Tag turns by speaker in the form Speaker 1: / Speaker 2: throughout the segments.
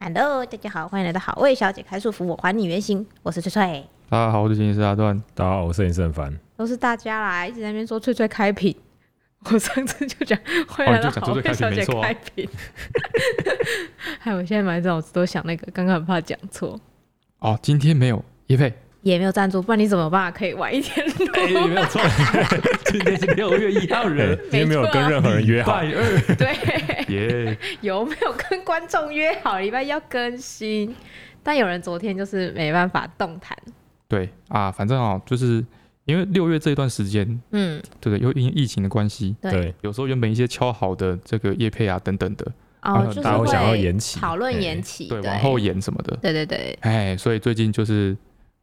Speaker 1: Hello，大家好，欢迎来到好味小姐开束缚，我还你原形，我是翠翠，
Speaker 2: 大家好，我是金师阿段。
Speaker 3: 大家好，我是影师很烦。
Speaker 1: 都是大家啦，一直在那边说翠翠开屏， 我上次就讲欢迎
Speaker 2: 哦
Speaker 1: 来
Speaker 2: 你
Speaker 1: 到
Speaker 2: 就讲
Speaker 1: 好味
Speaker 2: 翠翠
Speaker 1: 小
Speaker 2: 开屏
Speaker 1: 姐
Speaker 2: 没错啊
Speaker 1: 开屏， 还有我现在满脑子都想那个，刚刚很怕讲错，
Speaker 2: 哦，今天没有叶佩，
Speaker 1: 也没有赞助，不然你怎么有办法可以晚一天录？
Speaker 2: 哎、没有 错，今天是六月一号
Speaker 3: 对，
Speaker 2: 人，
Speaker 3: 今天没
Speaker 1: 啊
Speaker 3: 有跟任何人约好，
Speaker 2: 拜 二，
Speaker 1: 对，
Speaker 2: 耶、
Speaker 1: 有没有跟观众约好礼拜一要更新？但有人昨天就是没办法动弹，
Speaker 2: 对啊，反正哦，就是因为六月这一段时间，
Speaker 1: 嗯，
Speaker 2: 对不对？又因为疫情的关系，
Speaker 1: 对
Speaker 3: 对，
Speaker 2: 有时候原本一些敲好的这个叶配啊等等的，
Speaker 1: 哦，
Speaker 2: 啊
Speaker 1: 就是
Speaker 2: 大家会
Speaker 3: 想要
Speaker 1: 会
Speaker 3: 延期
Speaker 1: 讨论
Speaker 3: 哎
Speaker 1: 延期，
Speaker 2: 对，往后延什么的，
Speaker 1: 对对对，
Speaker 2: 哎，所以最近就是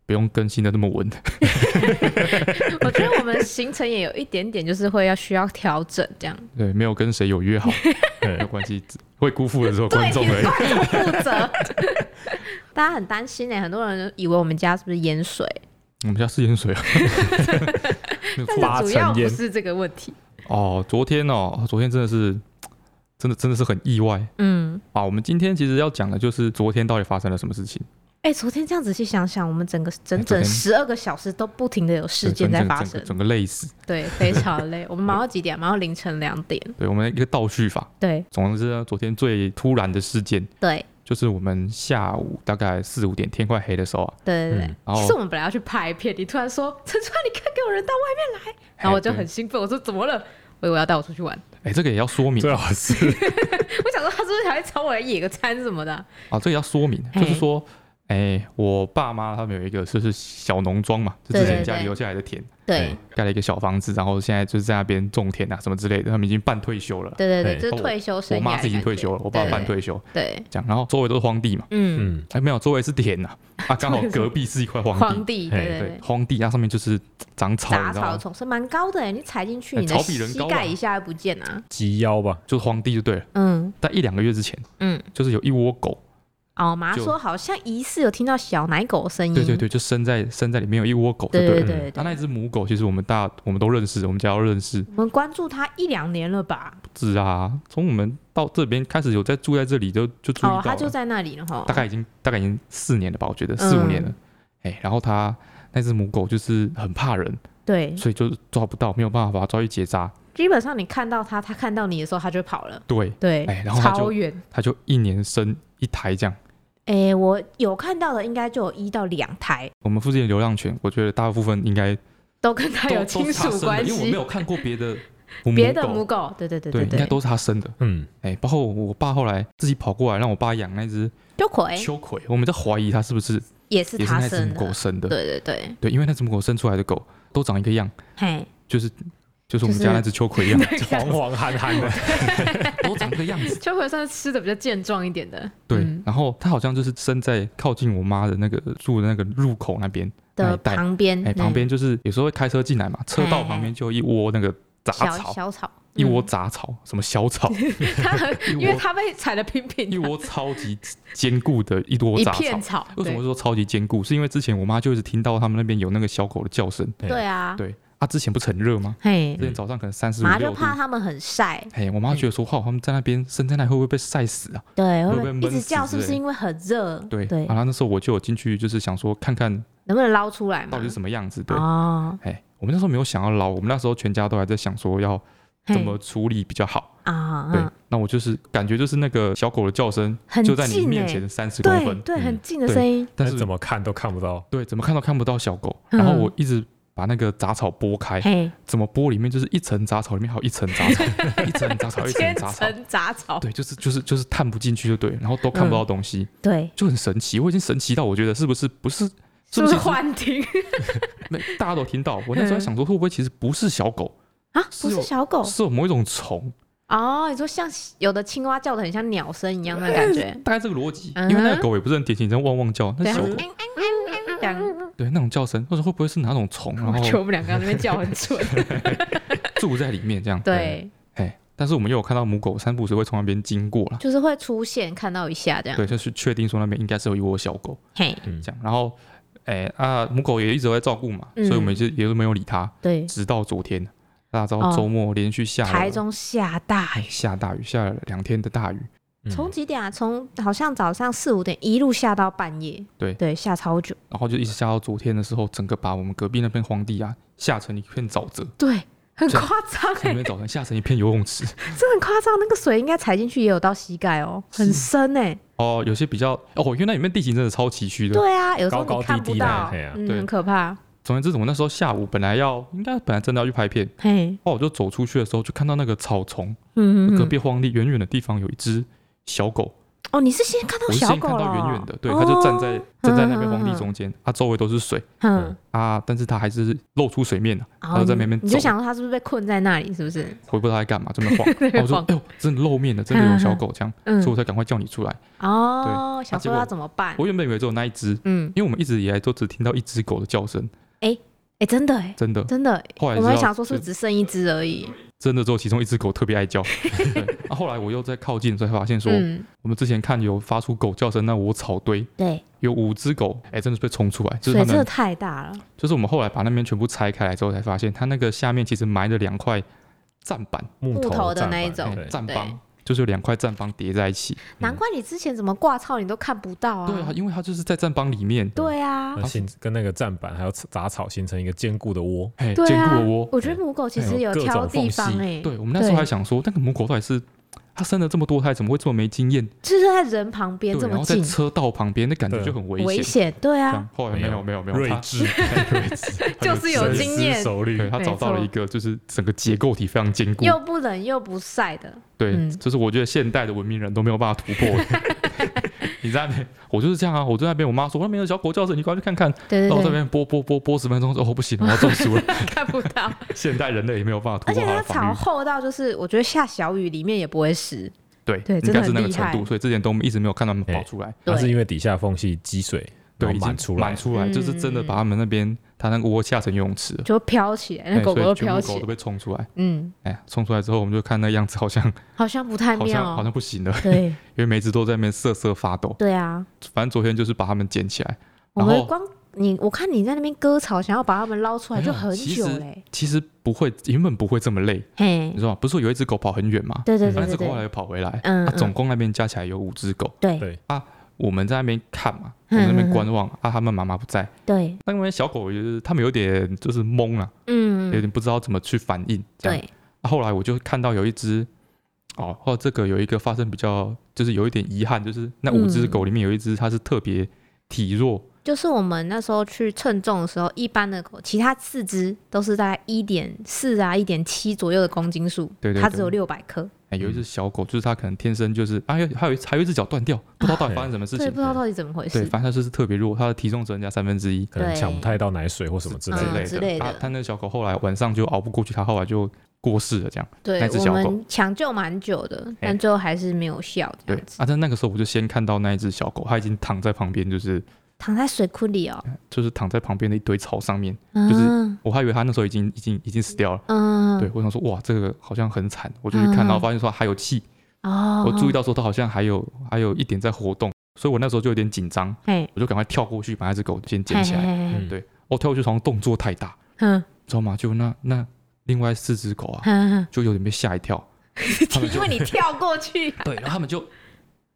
Speaker 2: 不用更新的那么稳，
Speaker 1: 我觉得我们行程也有一点点，就是会要需要调整这样。
Speaker 2: 对，没有跟谁有 约好，没 有
Speaker 3: 对，
Speaker 2: 关系，会辜负了这个 观众而已。
Speaker 1: 负责。 大家很担心欸呢、很多人以为我们家是不是淹水，
Speaker 2: 我们家是盐水啊，没有错
Speaker 3: 八
Speaker 1: 但是主要
Speaker 3: 成
Speaker 1: 不
Speaker 3: 淹
Speaker 1: 是这个问题。
Speaker 2: 哦，昨天哦，昨天真的是，真的真的是很意外
Speaker 1: 嗯，
Speaker 2: 啊！我们今天其实要讲的就是昨天到底发生了什么事情，
Speaker 1: 哎、昨天这样仔细想想，我们整个整
Speaker 2: 哎昨
Speaker 1: 整
Speaker 2: 天
Speaker 1: 十二个小时都不停的有事件在发
Speaker 2: 整个整
Speaker 1: 生
Speaker 2: 个，整个累死。
Speaker 1: 对，非常累。 我们忙到几点？忙到凌晨两点。
Speaker 2: 对我们一个倒叙法，
Speaker 1: 对
Speaker 2: 总之呢，昨天最突然的事件
Speaker 1: 对
Speaker 2: 就是我们下午大概四五点天快黑的时候啊，
Speaker 1: 对对对。
Speaker 3: 嗯
Speaker 2: 然
Speaker 1: 其实
Speaker 2: 后
Speaker 1: 我们本来要去拍片，你突然说陈川，你看，给我人到外面来，然后我就很兴奋，我说怎么了？我以为要带我出去玩，
Speaker 2: 哎，这个也要说明
Speaker 3: 最好 是
Speaker 1: 我想说他是不是还会找我来野个餐什么的啊、
Speaker 2: 啊，这个要说明，
Speaker 1: 嘿
Speaker 2: 就是说，哎，我爸妈他们有一个就是小农庄嘛，就
Speaker 1: 对
Speaker 2: 之前
Speaker 1: 对
Speaker 2: 家
Speaker 1: 对
Speaker 2: 留下来的田，
Speaker 1: 对
Speaker 2: 盖了一个小房子，然后现在就是在那边种田啊什么之类的，他们已经半退休了啦。
Speaker 1: 对对对，就
Speaker 3: 对
Speaker 1: 是
Speaker 2: 我
Speaker 1: 退休生
Speaker 2: 哦我
Speaker 1: 涯。
Speaker 2: 妈是已经退休了，我爸半。退休，
Speaker 1: 对，
Speaker 2: 这样，然后周围都是荒地嘛，
Speaker 1: 嗯，
Speaker 3: 嗯，
Speaker 2: 哎，没有，周围是田呐、啊，啊，刚好隔壁是一块嗯荒地，
Speaker 1: 皇帝，
Speaker 3: 嘿
Speaker 1: 对对
Speaker 2: 对
Speaker 1: 对，，
Speaker 2: 荒地，它上面就是长草，你
Speaker 1: 杂
Speaker 2: 知
Speaker 1: 草
Speaker 2: 道吗？
Speaker 1: 丛生蛮高的耶，你踩进去，
Speaker 2: 哎
Speaker 1: 你的
Speaker 2: 草比人高
Speaker 1: 膝
Speaker 2: 啊
Speaker 1: 盖一下就不见啊。
Speaker 3: 及腰吧，
Speaker 2: 就是荒地就对了。
Speaker 1: 嗯
Speaker 2: 在一两个月之前，
Speaker 1: 嗯，
Speaker 2: 就是有一窝狗，
Speaker 1: 哦，我妈
Speaker 2: 就
Speaker 1: 说好像疑似有听到小奶狗的声音。
Speaker 2: 对对对，就生在生在里面有一窝狗，就
Speaker 1: 对嗯
Speaker 2: 对嗯
Speaker 1: 对
Speaker 2: 了。
Speaker 1: 对对
Speaker 2: 那
Speaker 1: 对，
Speaker 2: 那只母狗，其实我们大我们都认识，我们家都认识，
Speaker 1: 我们关注它一两年了吧？
Speaker 2: 是啊，从我们到这边开始有在住在这里就就注意
Speaker 1: 哦，嗯
Speaker 2: 到
Speaker 1: 它就
Speaker 2: 了，
Speaker 1: 在那里了哈。
Speaker 2: 大概已经大概已经四年了吧，我觉得四五年了。哎，然后它那只母狗就是很怕人，
Speaker 1: 对，
Speaker 2: 所以就是抓不到，没有办法把它抓去结扎。
Speaker 1: 基本上你看到它，它看到你的时候，它就跑了。
Speaker 2: 对，
Speaker 1: 对
Speaker 2: 哎，然后它就
Speaker 1: 超远。
Speaker 2: 它就一年生一台这样。
Speaker 1: 哎，我有看到的，应该就有一到两台
Speaker 2: 我们附近的流浪犬，我觉得大部分应该
Speaker 1: 都跟它
Speaker 2: 都
Speaker 1: 有
Speaker 2: 都
Speaker 1: 亲
Speaker 2: 是它
Speaker 1: 属
Speaker 2: 生的，
Speaker 1: 关
Speaker 2: 因为我
Speaker 1: 系。
Speaker 2: 没有看过别的母
Speaker 1: 别的母
Speaker 2: 狗，
Speaker 1: 狗，对对对
Speaker 2: 对，应该
Speaker 1: 对，
Speaker 2: 都是它生的。
Speaker 3: 嗯，
Speaker 2: 哎，包括我爸后来自己跑过来让我爸养那只
Speaker 1: 秋葵
Speaker 2: 秋葵，我们在怀疑它是不是
Speaker 1: 也是
Speaker 2: 也是
Speaker 1: 它
Speaker 2: 那只
Speaker 1: 生
Speaker 2: 母狗
Speaker 1: 的。
Speaker 2: 生的。
Speaker 1: 对对对，
Speaker 2: 对，因为那只母狗生出来的狗都长一个样，
Speaker 1: 嘿，
Speaker 2: 就是就是我们
Speaker 1: 就是
Speaker 2: 家那只秋葵 一样，
Speaker 3: 黄黄憨憨的，
Speaker 2: 都长这个样子。
Speaker 1: 秋葵算是吃的比较健壮一点的，
Speaker 2: 对
Speaker 1: 嗯，
Speaker 2: 然后它好像就是生在靠近我妈的那个住的那个入口那边，那
Speaker 1: 的
Speaker 2: 一带
Speaker 1: 旁边，
Speaker 2: 哎，
Speaker 1: 嗯
Speaker 2: 旁边就是有时候会开车进来嘛，车道旁边就有一窝那个杂
Speaker 1: 小
Speaker 2: 草，
Speaker 1: 小草，
Speaker 2: 一窝
Speaker 1: 嗯，
Speaker 2: 杂草，什么小草，
Speaker 1: 它很
Speaker 2: 一窝
Speaker 1: 因为它被踩的平平
Speaker 2: 一
Speaker 1: 的，
Speaker 2: 窝超级坚固的一窝
Speaker 1: 一
Speaker 2: 杂
Speaker 1: 片
Speaker 2: 草。
Speaker 1: 草，
Speaker 2: 为什么
Speaker 1: 对
Speaker 2: 会说超级坚固？是因为之前我妈就一直听到他们那边有那个小狗的叫声。
Speaker 1: 对啊，
Speaker 2: 对啊，之前不是很热吗？
Speaker 1: 嘿
Speaker 3: 嗯
Speaker 2: 之，前早上可能三十五
Speaker 1: 妈
Speaker 2: 六
Speaker 1: 就
Speaker 2: 度。
Speaker 1: 怕嗯它们很晒，
Speaker 2: 哎，我妈觉得说，哇，他们在那边生在那里会不会被晒死啊？
Speaker 1: 对，
Speaker 2: 会
Speaker 1: 会不
Speaker 2: 被
Speaker 1: 会一
Speaker 2: 闷
Speaker 1: 直
Speaker 2: 死
Speaker 1: 叫，
Speaker 2: 之
Speaker 1: 是不是
Speaker 2: 类
Speaker 1: 因为很热？
Speaker 2: 对，
Speaker 1: 对
Speaker 2: 啊，，那时候我就有进去，就是想说看看
Speaker 1: 能不能捞出来嘛
Speaker 2: 到？底是什么样子。对，
Speaker 1: 哦，
Speaker 2: 哎，我们那时候没有想要捞，我们那时候全家都还在想说要
Speaker 1: 嘿
Speaker 2: 怎么处理比较好。
Speaker 1: 啊？
Speaker 2: 对
Speaker 1: 嗯，
Speaker 2: 那我就是感觉就是那个小狗的叫声
Speaker 1: 很
Speaker 2: 就在你
Speaker 1: 近
Speaker 2: 面
Speaker 1: 欸
Speaker 2: 前三十公
Speaker 1: 对
Speaker 2: 分，
Speaker 1: 对，
Speaker 3: 嗯
Speaker 1: 很近的
Speaker 2: 对
Speaker 1: 声音，
Speaker 2: 但
Speaker 3: 但
Speaker 2: 是
Speaker 3: 是哎怎么看都看不到，
Speaker 2: 对怎么看都看不到小狗，然后
Speaker 1: 嗯
Speaker 2: 我一直把那个杂草拨开，
Speaker 1: 嘿，
Speaker 2: 怎么拨里面就是一层杂草，里面还有一层杂草， 一层杂草，一层
Speaker 1: 千
Speaker 2: 杂草，
Speaker 1: 层杂草，
Speaker 2: 对，就是就是就是探不进去就对，然后都看
Speaker 1: 嗯
Speaker 2: 不到东西，
Speaker 1: 对，
Speaker 2: 就很神奇。我已经神奇到我觉得是不是不是
Speaker 1: 是
Speaker 2: 是
Speaker 1: 不
Speaker 2: 不
Speaker 1: 是
Speaker 2: 是
Speaker 1: 幻听
Speaker 2: 没大家都听到？我那时候
Speaker 1: 嗯
Speaker 2: 在想说会不会其实不是小狗，
Speaker 1: 啊？
Speaker 2: 是
Speaker 1: 不是
Speaker 2: 有
Speaker 1: 小狗，
Speaker 2: 是有某一种虫，
Speaker 1: 哦，你说像有的青蛙叫的很像鸟声一样那感觉，
Speaker 2: 大概这个逻辑。
Speaker 1: 嗯哼
Speaker 2: 因为那个狗也不是很典型，在汪汪叫，
Speaker 1: 对
Speaker 2: 那
Speaker 1: 啊，
Speaker 2: 小
Speaker 1: 嗯嗯
Speaker 2: 狗
Speaker 1: 嗯嗯这样。
Speaker 2: 对那种叫声，或者会不会是哪种虫，然
Speaker 1: 我
Speaker 2: 后
Speaker 1: 觉得我们两个在那边叫很蠢。
Speaker 2: 住在里面这样。
Speaker 1: 对，
Speaker 2: 哎，但是我们又有看到母狗三不五时会从那边经过啦。
Speaker 1: 就是会出现看到一下这样。
Speaker 2: 对，就是确定说那边应该是有一窝小狗
Speaker 1: 嘿，
Speaker 2: 这样，然后，哎啊，母狗也一直在照顾嘛，
Speaker 1: 嗯
Speaker 2: 所以我们就也都没有理它，
Speaker 1: 对，
Speaker 2: 直到昨天，大家知道
Speaker 1: 哦
Speaker 2: 周末连续下了、
Speaker 1: 台中下大
Speaker 2: 哎
Speaker 1: 雨，
Speaker 2: 下大雨，下了两天的大雨，
Speaker 3: 嗯
Speaker 1: 从几点啊？从好像早上四五点一路下到半夜，
Speaker 2: 对
Speaker 1: 对，下超久，
Speaker 2: 然后就一直下到昨天的时候，整个把我们隔壁那片荒地啊下成一片 沼泽，
Speaker 1: 对，很
Speaker 2: 这
Speaker 1: 夸张
Speaker 2: 从
Speaker 1: 哎
Speaker 2: 那，边沼泽下成一片游泳池。
Speaker 1: 这很夸张，那个水应该踩进去也有到膝盖哦，很深哎、
Speaker 2: 哦，有些比较哦，因为那里面地形真的超崎岖的。
Speaker 1: 对啊，有时候
Speaker 3: 高高
Speaker 1: 你
Speaker 3: 低
Speaker 1: 看不
Speaker 3: 低的
Speaker 1: 到，
Speaker 3: 嘿啊
Speaker 1: 嗯，
Speaker 2: 对
Speaker 1: 很可怕。
Speaker 2: 总而言之，我们那时候下午本来要应该本来真的要去拍片，
Speaker 1: 嘿，
Speaker 2: 哦，我就走出去的时候就看到那个草丛，
Speaker 1: 嗯嗯
Speaker 2: 隔
Speaker 1: 嗯。
Speaker 2: 壁荒地远远的地方有一只小狗，
Speaker 1: 哦，你是先看到
Speaker 2: 我是
Speaker 1: 小
Speaker 2: 先
Speaker 1: 狗
Speaker 2: 看
Speaker 1: 了
Speaker 2: 到
Speaker 1: 哦
Speaker 2: 远远的，对，它就站在
Speaker 1: 哦
Speaker 2: 站在那片荒地中间，它周围都是水
Speaker 1: 嗯，
Speaker 2: 啊，但是它还是露出水面了，它
Speaker 1: 哦
Speaker 2: 就在那边
Speaker 1: 你你就
Speaker 2: 走，
Speaker 1: 想说它是不是被困在那里，是不是？
Speaker 2: 我也不知道它在干嘛，这么 晃，然后我就
Speaker 1: 晃
Speaker 2: 哎呦，真的露面了，真的有小狗这样，
Speaker 1: 嗯
Speaker 2: 所以，我才赶快叫你出来。
Speaker 1: 哦，想
Speaker 2: 啊结
Speaker 1: 说
Speaker 2: 果
Speaker 1: 要怎么办？
Speaker 2: 我原本以为只有那一只，
Speaker 1: 嗯，
Speaker 2: 因为我们一直以来都只听到一只狗的叫声，
Speaker 1: 哎，真的哎，
Speaker 2: 真的。
Speaker 1: 真的欸，
Speaker 2: 后来
Speaker 1: 我们
Speaker 2: 知
Speaker 1: 还
Speaker 2: 道
Speaker 1: 想说是
Speaker 2: 就
Speaker 1: 不是只剩一只而已？
Speaker 2: 真的只有其中一只狗特 别爱叫。对，啊、后来我又在靠近，才发现说，
Speaker 1: 嗯，
Speaker 2: 我们之前看有发出狗叫声，那我草堆
Speaker 1: 对，
Speaker 2: 有五只狗，哎、真的是被冲出来，就是
Speaker 1: 水
Speaker 2: 它嗯
Speaker 1: 真的
Speaker 2: 们，
Speaker 1: 太大了，
Speaker 2: 就是我们后来把那边全部拆开来之后，才发现它那个下面其实埋着两块砧板，
Speaker 3: 木
Speaker 1: 木头的
Speaker 3: 站
Speaker 1: 那一
Speaker 3: 板
Speaker 1: 种
Speaker 2: 哎
Speaker 3: 哦对
Speaker 2: 砧
Speaker 1: 对
Speaker 2: 帮，就是有两块砧帮叠在一起。
Speaker 1: 难怪你之前怎么挂操你都看不到啊。
Speaker 2: 对啊，因为它就是在砧帮里面，
Speaker 1: 对
Speaker 2: 哎
Speaker 1: 啊，
Speaker 3: 那形跟那个站板还有杂草形成一个坚固的窝，
Speaker 2: 哎、
Speaker 1: 对
Speaker 2: 坚固
Speaker 1: 啊
Speaker 2: 的窝。
Speaker 1: 我觉得母狗其实
Speaker 3: 哎
Speaker 1: 有
Speaker 3: 有各
Speaker 1: 挑
Speaker 3: 种缝
Speaker 1: 地方
Speaker 3: 隙
Speaker 1: 哎，
Speaker 2: 对，我们那时候
Speaker 1: 对
Speaker 2: 还想说，那个母狗到底是它生了这么多胎，怎么会这么没经验？
Speaker 1: 就是在人旁边
Speaker 2: 对，
Speaker 1: 这
Speaker 2: 然
Speaker 1: 么
Speaker 2: 后在
Speaker 1: 近，
Speaker 2: 车道旁边，那感觉
Speaker 3: 对
Speaker 2: 就很危
Speaker 1: 危
Speaker 2: 险。
Speaker 1: 险，对
Speaker 2: 这
Speaker 1: 啊
Speaker 2: 样，后来没有没有没有，
Speaker 3: 睿
Speaker 2: 它
Speaker 3: 智，睿智，
Speaker 1: 就是有
Speaker 3: 深
Speaker 1: 经
Speaker 3: 思
Speaker 1: 验
Speaker 3: 熟虑
Speaker 2: 对，他
Speaker 1: 没
Speaker 2: 找到了
Speaker 1: 错
Speaker 2: 一个就是整个结构体非常坚固，
Speaker 1: 又不冷又不晒的，
Speaker 2: 对，
Speaker 1: 嗯
Speaker 2: 就是我觉得现代的文明人都没有办法突破 的你在那边，我就是这样啊，我在那边，我妈说那边有小狗叫声，你快去看看。
Speaker 1: 对
Speaker 2: 然后我在
Speaker 1: 对对，
Speaker 2: 那边播播播播十分钟，说哦不行，我要中暑了。
Speaker 1: 看不 到，
Speaker 2: 现代人类也没有办法突
Speaker 1: 而
Speaker 2: 破
Speaker 1: 且
Speaker 2: 它
Speaker 1: 它
Speaker 2: 的防
Speaker 1: 草
Speaker 2: 御，
Speaker 1: 厚到就是，我觉得下小雨里面也不会湿，
Speaker 2: 对，
Speaker 1: 对
Speaker 2: 应
Speaker 1: 真的
Speaker 2: 该是
Speaker 1: 很
Speaker 2: 那个
Speaker 1: 厉
Speaker 2: 程
Speaker 1: 害
Speaker 2: 度，所以之前都一直没有看到他们跑
Speaker 3: 哎
Speaker 2: 出来，
Speaker 1: 对
Speaker 3: 它是因为底下缝隙积水，然
Speaker 2: 对，
Speaker 3: 后
Speaker 2: 已
Speaker 3: 满
Speaker 2: 经
Speaker 3: 出来
Speaker 2: 满，
Speaker 1: 嗯
Speaker 2: 出来，就是真的把他们那边他那个窝下成游泳池了，
Speaker 1: 就飘起来，
Speaker 2: 哎
Speaker 1: 那狗
Speaker 2: 所
Speaker 1: 狗
Speaker 2: 以
Speaker 1: 都
Speaker 2: 全
Speaker 1: 飘
Speaker 2: 部
Speaker 1: 起
Speaker 2: 狗都
Speaker 1: 来，
Speaker 2: 被冲出来，
Speaker 1: 嗯，
Speaker 2: 哎呀，冲出来之后我们就看那样子，好像
Speaker 1: 好像不太
Speaker 2: 好像好
Speaker 1: 妙，哦
Speaker 2: 像不行了，
Speaker 1: 对
Speaker 2: 因为每只都在那边瑟瑟发抖。
Speaker 1: 对啊，
Speaker 2: 反正昨天就是把它们捡起来，
Speaker 1: 我
Speaker 2: 然后
Speaker 1: 们光你我看你在那边割草，想要把它们捞出来
Speaker 2: 没
Speaker 1: 就
Speaker 2: 有
Speaker 1: 很
Speaker 2: 其
Speaker 1: 久
Speaker 2: 实
Speaker 1: 嘞，
Speaker 2: 其实不会，原本不会这么累，
Speaker 1: 嘿
Speaker 2: 你，知道吗？不是说有一只狗跑很远吗？
Speaker 1: 对对
Speaker 2: 反
Speaker 1: 对对
Speaker 2: 正这狗后来
Speaker 1: 对
Speaker 2: 又跑回来，
Speaker 1: 嗯
Speaker 2: 啊，
Speaker 1: 嗯
Speaker 2: 总共那边加起来有五只狗，
Speaker 1: 对
Speaker 3: 对
Speaker 2: 我们在那边看嘛，
Speaker 1: 嗯
Speaker 2: 我们在那
Speaker 1: 嗯
Speaker 2: 边
Speaker 1: 嗯
Speaker 2: 观望，啊，他们妈妈不在，
Speaker 1: 对，
Speaker 2: 那边小狗就是他们有点就是懵了，有
Speaker 1: 嗯，
Speaker 2: 点不知道怎么去反应，这样。
Speaker 1: 对，
Speaker 2: 啊后来我就看到有一只。哦，哦，这个有一个发生比较，就是有一点遗憾，就是那五只
Speaker 1: 嗯
Speaker 2: 狗里面有一只它是特别体弱，
Speaker 1: 就是我们那时候去称重的时候，一般的狗，其他四只都是大概一点四啊、一点七左右的公斤数，
Speaker 2: 对对
Speaker 1: 它
Speaker 2: 对
Speaker 1: 只有六百克，
Speaker 2: 哎，有一只小狗，就是它可能天生就是，啊，有还有一还有一只脚断掉，不知道到底发生什么
Speaker 1: 啊
Speaker 2: 事
Speaker 1: 对，
Speaker 2: 情
Speaker 1: 不。知道到底怎么回
Speaker 2: 对，
Speaker 1: 事。
Speaker 2: 反正它就是特别弱，它的体重只增加三分之一
Speaker 3: 可能
Speaker 1: 对
Speaker 3: 抢不太到奶水或什么之类
Speaker 1: 嗯
Speaker 3: 的。
Speaker 1: 之
Speaker 2: 之
Speaker 1: 类
Speaker 2: 类
Speaker 1: 的
Speaker 2: 的。它它那个小狗后来晚上就熬不过去，它后来就过世了，这样。那只
Speaker 1: 我
Speaker 2: 小狗
Speaker 1: 们抢救蛮久的，但
Speaker 2: 哎
Speaker 1: 最后还是没有效这
Speaker 2: 对
Speaker 1: 样子，
Speaker 2: 啊，但那个时候我就先看到那一只小狗，它已经躺在旁边，就是
Speaker 1: 躺在水库里哦，
Speaker 2: 就是躺在旁边的一堆草上面，是
Speaker 1: 嗯
Speaker 2: 我还以为它那时候已经已经已经死掉了。
Speaker 1: 嗯，
Speaker 2: 对，我想说，哇，这个好像很惨，我就去看，
Speaker 1: 嗯
Speaker 2: 然后发现说还有气，
Speaker 1: 哦，
Speaker 2: 我注意
Speaker 1: 到，
Speaker 2: 到说它好像还有还有一点在活动，所以我那时候就有点紧张，
Speaker 1: 嘿，
Speaker 2: 我就赶快跳过去把那只狗先捡起来。
Speaker 1: 来，
Speaker 3: 嗯
Speaker 2: 对我跳过去，好像动作太大，
Speaker 1: 嗯
Speaker 2: 知道吗？就那那另外四只狗啊，
Speaker 1: 嗯，
Speaker 2: 就有点被吓一跳，他
Speaker 1: 嗯
Speaker 2: 们就
Speaker 1: 因为你跳过 去啊
Speaker 2: 对，然后他们就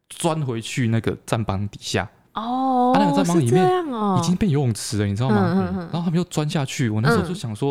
Speaker 2: 钻回去那个站帮底下，
Speaker 1: 哦
Speaker 2: 啊那个在，帮
Speaker 1: 是
Speaker 2: 里
Speaker 1: 这
Speaker 2: 面
Speaker 1: 样哦，
Speaker 2: 已经变游泳池了，你知道吗？
Speaker 1: 嗯嗯
Speaker 2: 然
Speaker 1: 嗯，
Speaker 2: 后他们又钻下去，我那时候就想说，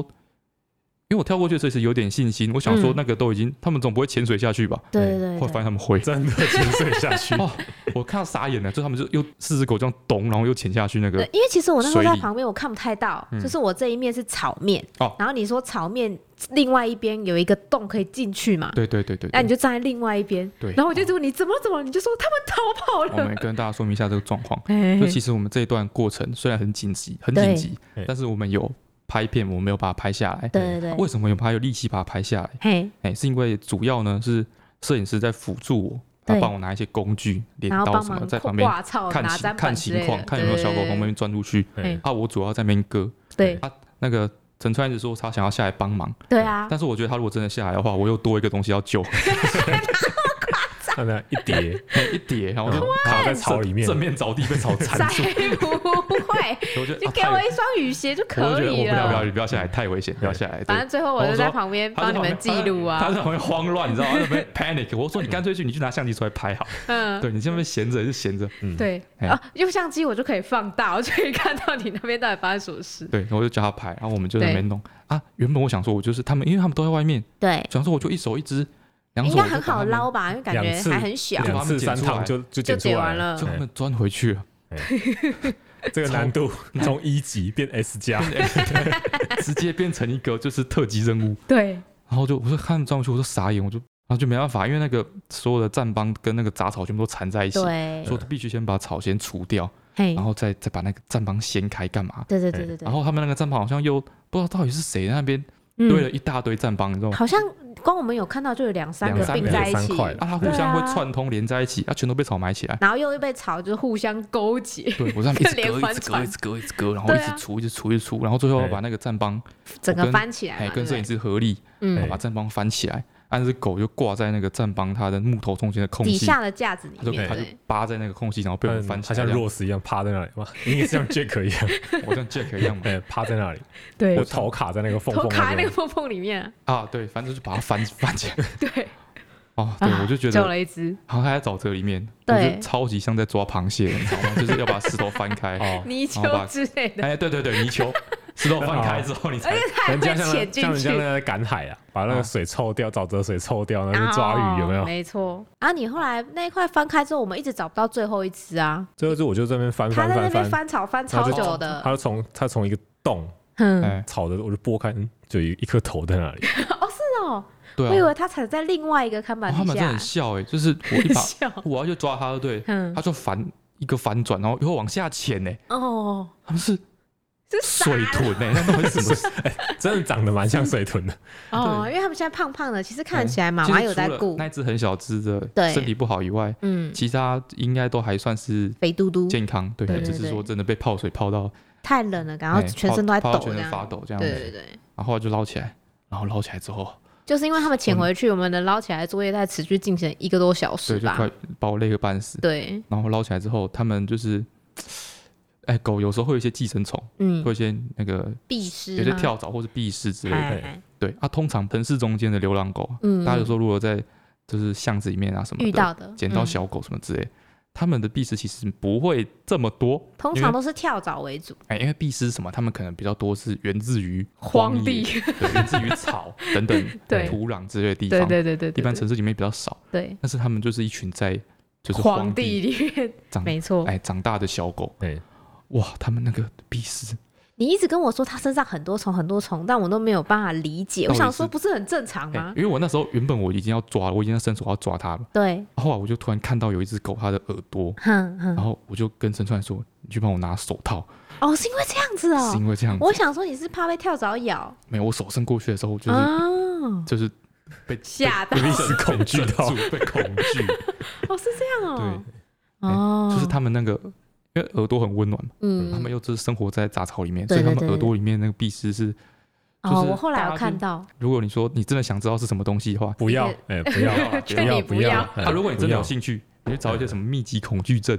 Speaker 2: 因为我跳过去的时候是有点信心，我想说
Speaker 1: 嗯
Speaker 2: 那个都已经，他们总不会潜水下去吧？
Speaker 1: 对对
Speaker 2: 后来发
Speaker 1: 对
Speaker 2: 现他们哎会。，
Speaker 3: 真的沉睡下 去
Speaker 2: 哦，我看到傻眼了，就他们就又四只狗这样咚，然后又潜下去那个
Speaker 1: 对，，因为其实我那时候
Speaker 2: 水
Speaker 1: 在
Speaker 2: 里
Speaker 1: 旁边，我看不太到，
Speaker 2: 嗯
Speaker 1: 就是我这一面是草面，
Speaker 2: 哦
Speaker 1: 然后你说草面另外一边有一个洞可以进去嘛，
Speaker 2: 对对对对
Speaker 1: 那
Speaker 2: 对
Speaker 1: 你就站在另外一边，
Speaker 2: 对 Oh
Speaker 1: 然后我就说你怎么了怎么了，你就说他们逃跑
Speaker 2: 我们
Speaker 1: 了，
Speaker 2: 跟大家说明一下这个状况。
Speaker 1: 嘿
Speaker 2: 就
Speaker 1: 嘿
Speaker 2: 其实我们这一段过程虽然很紧急，很
Speaker 1: 嗯对
Speaker 2: 紧急
Speaker 3: 对，
Speaker 2: 但是我们有拍片，我们没有把它拍下来。
Speaker 1: 对对对
Speaker 2: 为什么有拍有力气把它拍下来？
Speaker 1: 嘿，
Speaker 2: 哎、是因为主要呢是摄影师在辅助我，
Speaker 1: 对
Speaker 2: 他帮我拿一些工具、镰
Speaker 1: 然后
Speaker 2: 刀
Speaker 1: 帮
Speaker 2: 什么，
Speaker 1: 忙
Speaker 2: 在旁边
Speaker 1: 挂草
Speaker 2: 看
Speaker 1: 哦拿
Speaker 2: 情
Speaker 1: 砧
Speaker 2: 看
Speaker 1: 板之
Speaker 2: 情
Speaker 1: 类
Speaker 2: 况，
Speaker 1: 的，
Speaker 2: 看有没有小狗从那
Speaker 1: 对
Speaker 2: 边钻出去。
Speaker 1: 哎
Speaker 2: 啊，我主要在那边割。
Speaker 1: 对
Speaker 2: 那个陈川一直说他想要下来帮忙，
Speaker 1: 对啊，
Speaker 2: 但是我觉得他如果真的下来的话，我又多一个东西要救。
Speaker 3: 看那一叠，
Speaker 2: 每一叠，然后就
Speaker 3: 嗯卡在草里面
Speaker 2: 正面着地被草缠
Speaker 1: 才
Speaker 2: 住。
Speaker 1: 不会，
Speaker 2: 我觉 得
Speaker 1: 就
Speaker 2: 啊
Speaker 1: 给
Speaker 2: 太
Speaker 1: 我一双雨鞋就
Speaker 2: 我
Speaker 1: 可
Speaker 2: 就觉得
Speaker 1: 以
Speaker 2: 我不要不要，
Speaker 1: 了。
Speaker 2: 你不要下来，太危险，不要下来。对
Speaker 1: 反正最后我就在旁边帮你们记录
Speaker 2: 他
Speaker 1: 啊，
Speaker 2: 在旁边慌乱，你知道吗？他在旁边 panic。我说你干脆去，你去拿相机出来拍好。
Speaker 1: 嗯，
Speaker 2: 对你这边闲着就闲着。
Speaker 1: 对
Speaker 2: 哎
Speaker 1: 啊，用相机我就可以放大，我就可以看到你那边到底发生什么事。
Speaker 2: 对，然后我就叫他拍，然后我们就在那边弄啊。原本我想说，我就是他们，因为他们都在外面，
Speaker 1: 对，
Speaker 2: 想说我就一手一只，两手
Speaker 1: 应
Speaker 2: 我
Speaker 1: 该
Speaker 2: 就
Speaker 1: 很
Speaker 2: 把
Speaker 1: 好
Speaker 2: 他们，
Speaker 1: 捞吧，因为感觉
Speaker 3: 两次
Speaker 1: 还很小
Speaker 2: 我，就把
Speaker 3: 两
Speaker 2: 它
Speaker 3: 次
Speaker 2: 们剪
Speaker 3: 三
Speaker 2: 出
Speaker 3: 趟
Speaker 2: 来
Speaker 3: 就就
Speaker 1: 就
Speaker 3: 剪出
Speaker 1: 解
Speaker 3: 来哎
Speaker 1: 完。了
Speaker 2: 就。他们钻回去了，
Speaker 3: 这个难度 从一级变 S 加，
Speaker 2: 嗯直接变成一个就是特级任务。
Speaker 1: 对，
Speaker 2: 然后就我就看钻过去，我就傻眼，我就然后就没办法，因为那个所有的战帮跟那个杂草全部都缠在一起，
Speaker 1: 对，
Speaker 2: 说必须先把草先除掉，
Speaker 1: 嘿
Speaker 2: 然，后再再把那个战帮掀开干嘛？
Speaker 1: 对对对对对
Speaker 2: 然，后他们那个战帮好像又不知道到底是谁在那边
Speaker 1: 嗯
Speaker 2: 堆了一大堆战帮，你知道吗？
Speaker 1: 好像光我们有看到就有两三个
Speaker 2: 哦两三
Speaker 1: 并
Speaker 2: 个
Speaker 1: 在一
Speaker 3: 两
Speaker 1: 起
Speaker 3: 三，块
Speaker 2: 啊，它互
Speaker 1: 对
Speaker 2: 相
Speaker 1: 啊
Speaker 2: 会串通连在一起，啊，全都被草埋起来。
Speaker 1: 然后又被吵，就是互相勾结，
Speaker 2: 对，我在那边一直
Speaker 1: 连
Speaker 2: 割，
Speaker 1: 环
Speaker 2: 一直割，
Speaker 1: 船
Speaker 2: 一直割，一直割，然后
Speaker 1: 对
Speaker 2: 一
Speaker 1: 啊
Speaker 2: 直除，一直除，一直除，然后最后
Speaker 3: 哎
Speaker 2: 把那个战帮，
Speaker 1: 整
Speaker 2: 我
Speaker 1: 个
Speaker 2: 跟
Speaker 1: 翻起来
Speaker 2: 哎，
Speaker 1: 嘛，
Speaker 2: 跟摄
Speaker 1: 对
Speaker 2: 影
Speaker 1: 不对
Speaker 2: 师合力，然后
Speaker 1: 嗯
Speaker 3: 哎
Speaker 2: 把战帮翻起来，按只狗就挂在那个战帮它的木头中间的空
Speaker 1: 底
Speaker 2: 隙，
Speaker 1: 下的架子里
Speaker 2: 它就
Speaker 1: 面，
Speaker 2: 它就
Speaker 1: 对，
Speaker 2: 扒在那个空隙，然后被我们翻
Speaker 3: 嗯
Speaker 2: 起
Speaker 3: 他
Speaker 2: 来
Speaker 3: 像
Speaker 2: 这样。
Speaker 3: Rose 一样趴在那里嘛，你也像 Jack 一样，
Speaker 2: 我像 Jack 一样 嘛。
Speaker 3: 哎，趴在那里，
Speaker 1: 对
Speaker 3: 我头卡在那个缝
Speaker 1: 头
Speaker 3: 缝
Speaker 1: 卡在
Speaker 3: 那
Speaker 1: 那个
Speaker 3: 边，
Speaker 1: 缝缝里面，
Speaker 2: 啊，对，反正就把它翻翻起来。
Speaker 1: 对，
Speaker 2: 哦，对，
Speaker 1: 啊
Speaker 2: 我就 觉
Speaker 1: 救
Speaker 2: 得，
Speaker 1: 了一只，
Speaker 2: 好像还在沼泽里面，我
Speaker 1: 对
Speaker 2: 觉得超级像在抓螃蟹，你知道吗？就是要把石头翻开。哦，
Speaker 1: 泥
Speaker 2: 然
Speaker 1: 鳅
Speaker 2: 后把
Speaker 1: 之类的，
Speaker 2: 哎，对对对，泥鳅，石头翻开之后你才
Speaker 1: 而且它还
Speaker 3: 人
Speaker 1: 会
Speaker 3: 家像
Speaker 1: 潜
Speaker 3: 那
Speaker 1: 进
Speaker 3: 像人家
Speaker 1: 去。
Speaker 3: 那在赶海啊，把那
Speaker 2: 啊
Speaker 3: 个水抽掉，沼泽水抽掉，那
Speaker 1: 然
Speaker 3: 边
Speaker 1: 后
Speaker 3: 抓鱼有没有？
Speaker 1: 哦没错。啊，你后来那一块翻开之后，我们一直找不到最后一只啊。
Speaker 3: 最后就我就这边翻
Speaker 1: 他
Speaker 3: 翻
Speaker 1: 在那
Speaker 3: 翻
Speaker 1: 边
Speaker 3: 翻，
Speaker 1: 翻草翻
Speaker 3: 然
Speaker 1: 超
Speaker 3: 后就
Speaker 1: 久
Speaker 3: 他
Speaker 1: 的，
Speaker 3: 就从他从一个洞
Speaker 1: 哼，
Speaker 2: 哎，
Speaker 3: 草的，我就拨开，嗯，就一一颗头在那里，
Speaker 1: 是哦，我
Speaker 2: 对
Speaker 1: 以
Speaker 2: 啊，
Speaker 1: 为他藏在另外一个看板
Speaker 2: 哦他
Speaker 1: 底
Speaker 2: 们真的
Speaker 1: 下
Speaker 2: 很，笑哎，就是我一 把
Speaker 1: 笑，
Speaker 2: 我要去抓他，对，
Speaker 1: 嗯
Speaker 2: 他，就反一个反转，然后又往下潜哎，
Speaker 1: 哦，
Speaker 2: 他们是
Speaker 1: 这是傻
Speaker 2: 水豚哎，那到底是什么事？
Speaker 3: 真的长得蛮像水豚的，
Speaker 1: 哦，
Speaker 2: 对
Speaker 1: 因为他们现在胖胖的，其实看
Speaker 2: 嗯
Speaker 1: 起来妈
Speaker 2: 其
Speaker 1: 妈
Speaker 2: 实
Speaker 1: 有
Speaker 2: 除
Speaker 1: 在
Speaker 2: 了
Speaker 1: 顾，
Speaker 2: 那只很小只的，
Speaker 1: 对
Speaker 2: 身体不好以外，
Speaker 1: 嗯，
Speaker 2: 其他应该都还算是
Speaker 1: 肥嘟嘟，
Speaker 2: 健康，对
Speaker 1: 对，
Speaker 2: 只
Speaker 1: 对
Speaker 2: 是说
Speaker 1: 对
Speaker 2: 真的被泡水泡到，
Speaker 1: 太冷了，然后
Speaker 2: 哎
Speaker 1: 全
Speaker 2: 泡
Speaker 1: 身都在
Speaker 2: 泡到
Speaker 1: 抖
Speaker 2: 全
Speaker 1: 这
Speaker 2: 身发
Speaker 1: 样，
Speaker 2: 抖这样
Speaker 1: 对
Speaker 2: 子，
Speaker 1: 对对，
Speaker 2: 然后就捞起来，然后捞起来之后，
Speaker 1: 就是因为他们潜回去，我们的捞起来作业在持续进行一个多小时
Speaker 2: 对，就
Speaker 1: 吧
Speaker 2: 快，把我累个半死。
Speaker 1: 对，
Speaker 2: 然后捞起来之后，他们就是，哎，狗有时候会有一些寄生虫，
Speaker 1: 嗯
Speaker 2: 会，有一些那个
Speaker 1: 必湿
Speaker 2: 有些
Speaker 1: 吗，
Speaker 2: 跳蚤或是蜱虱之类的。
Speaker 1: 哎
Speaker 3: 对
Speaker 1: 哎
Speaker 2: 对，啊，通常城市中间的流浪狗，啊
Speaker 1: 嗯，
Speaker 2: 大家有时候如果在就是巷子里面啊什么
Speaker 1: 遇
Speaker 2: 的，
Speaker 1: 到的
Speaker 2: 捡到，
Speaker 1: 嗯
Speaker 2: 小狗什么之类，它们的蜱虱其实不会这么多，
Speaker 1: 通
Speaker 2: 因
Speaker 1: 常
Speaker 2: 为
Speaker 1: 都是跳蚤为主，
Speaker 2: 哎，因为蜱虱是什么，它们可能比较多是源自于
Speaker 1: 荒地，
Speaker 2: 野 对，源自于草等等
Speaker 1: 对
Speaker 2: 土壤之类的地
Speaker 1: 对
Speaker 2: 方。
Speaker 1: 对对对，对
Speaker 2: 一般
Speaker 1: 对
Speaker 2: 城市里面比较少，
Speaker 1: 对。
Speaker 2: 但是它们就是一群在就是
Speaker 1: 皇
Speaker 2: 荒地
Speaker 1: 里 面，
Speaker 2: 长
Speaker 1: 没错。
Speaker 2: 哎长大的小狗，
Speaker 3: 对，
Speaker 2: 哇，它们那个蜱虱
Speaker 1: 你一直跟我说它身上很多虫很多虫，但我都没有办法理解。
Speaker 2: 到
Speaker 1: 我
Speaker 2: 底
Speaker 1: 想
Speaker 2: 是
Speaker 1: 说，不是很正常
Speaker 2: 哎、
Speaker 1: 吗？
Speaker 2: 因为我那时候原本我已经要抓了，我已经要伸手要抓它了，
Speaker 1: 对，
Speaker 2: 后来我就突然看到有一只狗，它的耳朵，
Speaker 1: 哼
Speaker 2: 然
Speaker 1: 哼。
Speaker 2: 后我就跟陈川说：“你去帮我拿手套。
Speaker 1: 哦，是因为这样子
Speaker 2: 是
Speaker 1: 哦。
Speaker 2: 因为这样子，
Speaker 1: 我想说你是怕被跳蚤咬
Speaker 2: 没有我手伸过去的时候，就是、
Speaker 1: 哦，
Speaker 2: 就是被
Speaker 1: 吓到
Speaker 2: 被被
Speaker 3: 是恐惧 到
Speaker 2: 被镇住被恐惧，
Speaker 1: 哦，是这样哦。
Speaker 2: 对，哎
Speaker 1: 哦，
Speaker 2: 就是它们那个。因为耳朵很温暖嘛，它们
Speaker 1: 嗯，
Speaker 2: 又就是生活在杂草里面，
Speaker 1: 对
Speaker 2: 所以
Speaker 1: 对
Speaker 2: 它们
Speaker 1: 对
Speaker 2: 耳
Speaker 1: 对
Speaker 2: 朵里面那个壁虱是，
Speaker 1: 哦，
Speaker 2: 就是
Speaker 1: 我后来
Speaker 2: 大
Speaker 1: 有
Speaker 2: 家
Speaker 1: 看
Speaker 2: 就
Speaker 1: 到，
Speaker 2: 如果你说你真的想知道是什么东西的话，
Speaker 3: 不要，哎，不 要，
Speaker 2: 啊
Speaker 1: 劝你不
Speaker 3: 不要
Speaker 1: 要，
Speaker 3: 哎
Speaker 2: 啊，如果你真
Speaker 3: 不
Speaker 2: 的
Speaker 3: 要
Speaker 2: 有兴趣，你去找一些什么密集恐惧症，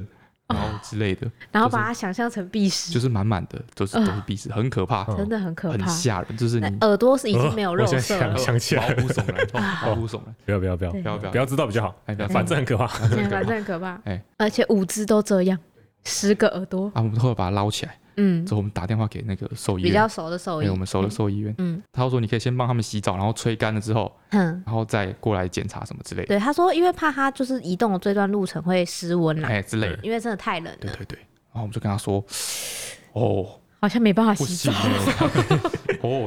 Speaker 1: 嗯
Speaker 2: 然后之类的，
Speaker 1: 然后
Speaker 2: 就是
Speaker 1: 把它想象成壁虱，
Speaker 2: 就是满满的都是都是鼻屎，很可怕，
Speaker 3: 嗯
Speaker 1: 真的嗯很可
Speaker 2: 很
Speaker 1: 怕。
Speaker 2: 吓人，哦就是你
Speaker 1: 那耳朵是已经没有
Speaker 3: 呃
Speaker 1: 肉
Speaker 3: 我现在
Speaker 1: 色了
Speaker 3: 想，想起来
Speaker 2: 毛骨悚 然，哦毛骨悚然，
Speaker 3: 不要不要不要
Speaker 1: 嗯对
Speaker 2: 不要不要
Speaker 3: 不要知道比较好，
Speaker 2: 哎不要
Speaker 3: 反正很可怕。
Speaker 1: 哎反 正很可怕
Speaker 2: 哎。
Speaker 1: 而且五只都这样，十个耳朵，
Speaker 2: 啊，我们后来把它捞起来
Speaker 1: 嗯
Speaker 2: 之，后，我们打电话给那个兽医
Speaker 1: 比
Speaker 2: 院
Speaker 1: 较，熟的兽
Speaker 2: 哎，
Speaker 1: 医
Speaker 2: 我，们熟的兽医院，
Speaker 1: 嗯
Speaker 2: 他说你可以先帮他们洗澡，然后吹干了之后，
Speaker 1: 哼。
Speaker 2: 然后再过来检查什么之类的，
Speaker 1: 对，他说因为怕它就是移动的这段路程会失温啦，
Speaker 2: 哎之类的，
Speaker 1: 因为真的太冷
Speaker 2: 对
Speaker 1: 了，
Speaker 2: 对对，然后我们就跟他说，哦，
Speaker 1: 好像没办法
Speaker 2: 不
Speaker 1: 啊洗
Speaker 2: 行
Speaker 1: 澡。
Speaker 2: 哦，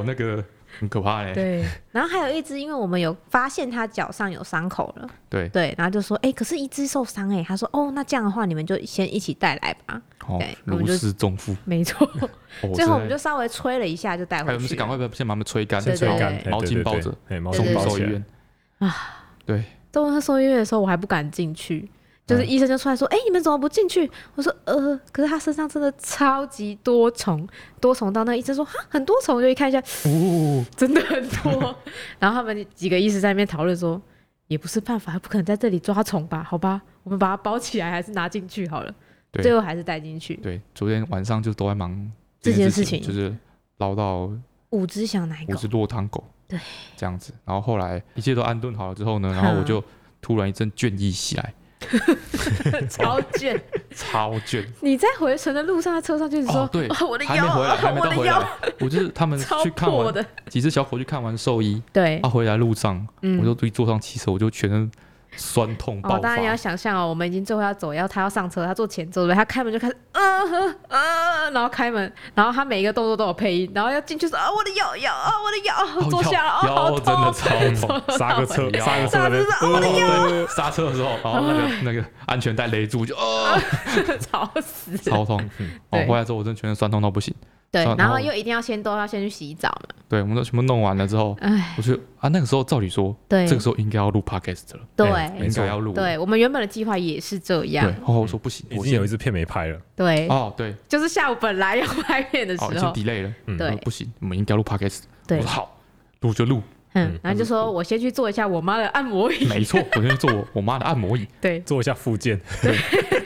Speaker 2: 哦，那个很可怕嘞，
Speaker 1: 对，然后还有一只，因为我们有发现它脚上有伤口了，
Speaker 2: 对，
Speaker 1: 对，然后就说，哎、可是一只受伤哎、他说，哦，那这样的话你们就先一起带来吧，
Speaker 2: 哦
Speaker 1: 对，我们
Speaker 2: 如
Speaker 1: 就
Speaker 2: 释重负，
Speaker 1: 没错，
Speaker 2: 哦
Speaker 1: 最后我
Speaker 2: 真
Speaker 1: 们
Speaker 2: 的
Speaker 1: 就稍微吹了一下就带
Speaker 2: 哎，
Speaker 1: 回
Speaker 2: 我们
Speaker 1: 去
Speaker 2: 是
Speaker 1: 了，
Speaker 2: 赶快把先把它们吹干，
Speaker 1: 先吹
Speaker 2: 然后
Speaker 1: 干
Speaker 3: 哎
Speaker 2: 毛
Speaker 3: 对
Speaker 2: 巾
Speaker 3: 对
Speaker 2: 包
Speaker 3: 对
Speaker 2: 着，
Speaker 3: 哎，毛
Speaker 1: 对
Speaker 2: 送
Speaker 1: 对
Speaker 3: 巾
Speaker 2: 去
Speaker 3: 包
Speaker 2: 兽医
Speaker 3: 起来，
Speaker 2: 院对，
Speaker 1: 动物兽医院的时候，我还不敢进去，就是
Speaker 2: 嗯
Speaker 1: 医生就出来说：“哎、你们怎么不进去？”我说：“呃，可是他身上真的超级多虫，多虫到那个医生说哈很多虫，我就一看一下，
Speaker 2: 哦，
Speaker 1: 真的很多。然后他们几个医师在那边讨论说：“也不是办法，不可能在这里抓虫吧？好吧，我们把它包起来，还是拿进去好了。
Speaker 2: 对
Speaker 1: 最后还是带进去。
Speaker 2: 对，昨天晚上就都在忙
Speaker 1: 这
Speaker 2: 件
Speaker 1: 件
Speaker 2: 事
Speaker 1: 事
Speaker 2: 情，
Speaker 1: 情
Speaker 2: 就是捞到
Speaker 1: 五只小奶
Speaker 2: 五
Speaker 1: 狗
Speaker 2: 只，落汤狗，
Speaker 1: 对，
Speaker 2: 这样子。然后后来一切都安顿好了之后呢，然后我就突然一阵倦意袭来，
Speaker 1: 超卷。
Speaker 2: 超倦，
Speaker 1: 你在回程的路上，在车上就是说，
Speaker 2: 哦对
Speaker 1: 我的
Speaker 2: 还没
Speaker 1: 腰，啊
Speaker 2: 回来，还没
Speaker 1: 我
Speaker 2: 到
Speaker 1: 的
Speaker 2: 回
Speaker 1: 腰
Speaker 2: 来，我就是他们
Speaker 1: 超
Speaker 2: 去看
Speaker 1: 破
Speaker 2: 完
Speaker 1: 的。
Speaker 2: 几只小狗去看完兽医，
Speaker 1: 对，
Speaker 2: 啊，回来路上
Speaker 1: 嗯
Speaker 2: 我就一坐上汽车，我就全身酸痛
Speaker 1: 哦，
Speaker 2: 爆
Speaker 1: 大
Speaker 2: 发
Speaker 1: 家你，要想象哦，我们已经最后要走，要他要上车，他坐前座的，他开门就开始，呃呵呃，然后开门，然后他每一个动作都有配音，然后要进去说啊，我的腰腰啊，我的腰，
Speaker 2: 哦
Speaker 1: 坐下啊，
Speaker 2: 腰
Speaker 1: 好
Speaker 2: 腰真的
Speaker 1: 痛，
Speaker 2: 超痛。
Speaker 3: 刹个车，
Speaker 2: 腰
Speaker 3: 刹个车 在那边，哦
Speaker 1: 刹车是
Speaker 2: 对，刹车的时候，然后那 个那个安全带勒住，就哦，
Speaker 1: 吵死。
Speaker 2: 超 痛。
Speaker 1: 啊
Speaker 2: 哦，
Speaker 1: 对
Speaker 2: 回来之后我真的全身酸痛到不行。
Speaker 1: 对
Speaker 2: 然，
Speaker 1: 然后
Speaker 2: 后
Speaker 1: 又一定要先都要先去洗澡嘛，
Speaker 2: 对，我们都全部弄完了之后，
Speaker 1: 哎，
Speaker 2: 我觉得啊，那个时候照理说，
Speaker 1: 对
Speaker 2: 这个时候应该要录 podcast 了，
Speaker 3: 哎
Speaker 1: 对
Speaker 3: 没
Speaker 2: 应
Speaker 3: 错
Speaker 2: 该要录了。
Speaker 1: 对，我们原本的计划也是这
Speaker 2: 对，
Speaker 1: 样，
Speaker 2: 然后我说不行，
Speaker 3: 已
Speaker 2: 我
Speaker 3: 经有一支片没拍了，
Speaker 1: 对，
Speaker 2: 哦，对，
Speaker 1: 就是下午本来要拍片的时
Speaker 2: 哦，已经
Speaker 1: 候，
Speaker 2: delay 了，
Speaker 3: 嗯
Speaker 2: 我说
Speaker 1: 对
Speaker 2: 不行，我们应该录 podcast。我
Speaker 1: 对
Speaker 2: 说，好，录就录，
Speaker 1: 嗯，然后就说我先去做一下我妈的按摩椅，
Speaker 2: 没错，我先去做我我妈的按摩椅，
Speaker 1: 对，
Speaker 3: 做一下复健，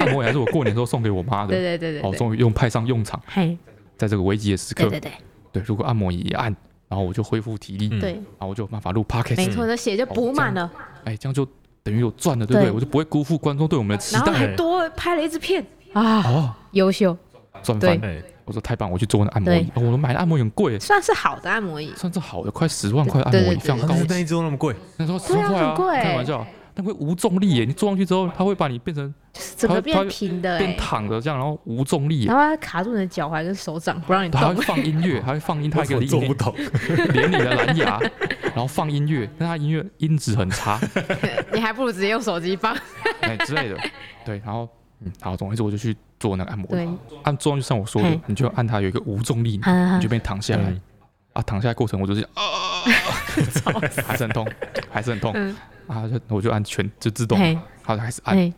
Speaker 2: 按摩椅还是我过年的时候送给我妈
Speaker 1: 对对
Speaker 2: 的，
Speaker 1: 对对
Speaker 2: 哦，
Speaker 1: 对，
Speaker 2: 终于用派上用场，
Speaker 1: 嘿，
Speaker 2: 在这个嗯危急的时
Speaker 1: 对
Speaker 2: 刻
Speaker 1: 对，对
Speaker 2: 对，如果按摩椅一按，然后我就恢复体力，
Speaker 3: 嗯
Speaker 1: 对，
Speaker 2: 然后我就有办法录
Speaker 1: 没
Speaker 2: podcast，
Speaker 1: 错，那血就补满了。
Speaker 2: 哎，这样就等于有赚了，对不对？
Speaker 1: 对
Speaker 2: 我就不会辜负观众对我们的期
Speaker 1: 然后
Speaker 2: 待
Speaker 1: 还多拍了一支片啊，
Speaker 2: 哦，
Speaker 1: 优秀，
Speaker 2: 赚
Speaker 1: 对
Speaker 2: 翻！
Speaker 3: 哎，
Speaker 2: 我说太棒，我去做那按摩椅，哦我们买的按摩椅很贵，
Speaker 1: 算是好的按摩椅。
Speaker 2: 算是好的，快十万块的按摩椅，非
Speaker 1: 对对对
Speaker 2: 常高级。
Speaker 3: 一支都那么贵，
Speaker 2: 那时候十万块啊，
Speaker 1: 很贵
Speaker 2: 开玩笑，那会无重力耶！你坐上去之后，它会把你变成
Speaker 1: 整
Speaker 2: 它
Speaker 1: 个
Speaker 2: 它
Speaker 1: 变平的
Speaker 2: 变
Speaker 1: 哎、
Speaker 2: 躺着这样，然后无重力耶
Speaker 1: 然。后它卡住你的脚踝跟手掌，不让你
Speaker 2: 它还
Speaker 1: 动
Speaker 2: 会。放音乐，还会放音，它还给
Speaker 3: 我
Speaker 2: 你
Speaker 3: 做不懂，
Speaker 2: 连你的蓝 牙，然后放音乐，但它音乐音质很差，
Speaker 1: 你还不如直接用手机放。
Speaker 2: 哎之类的。对，然后嗯，好，总而言之我就去做那个按摩
Speaker 1: 对
Speaker 2: 椅，按做就像我说的
Speaker 1: 嘿，
Speaker 2: 你就按它有一个无重力，你就变躺下来
Speaker 3: 嗯
Speaker 2: 啊，躺下来过程我就是 啊，还是很痛，还是很痛
Speaker 1: 嗯
Speaker 2: 啊，就我就按全就自动，
Speaker 1: 嘿，
Speaker 2: 它还是按。
Speaker 1: 嘿，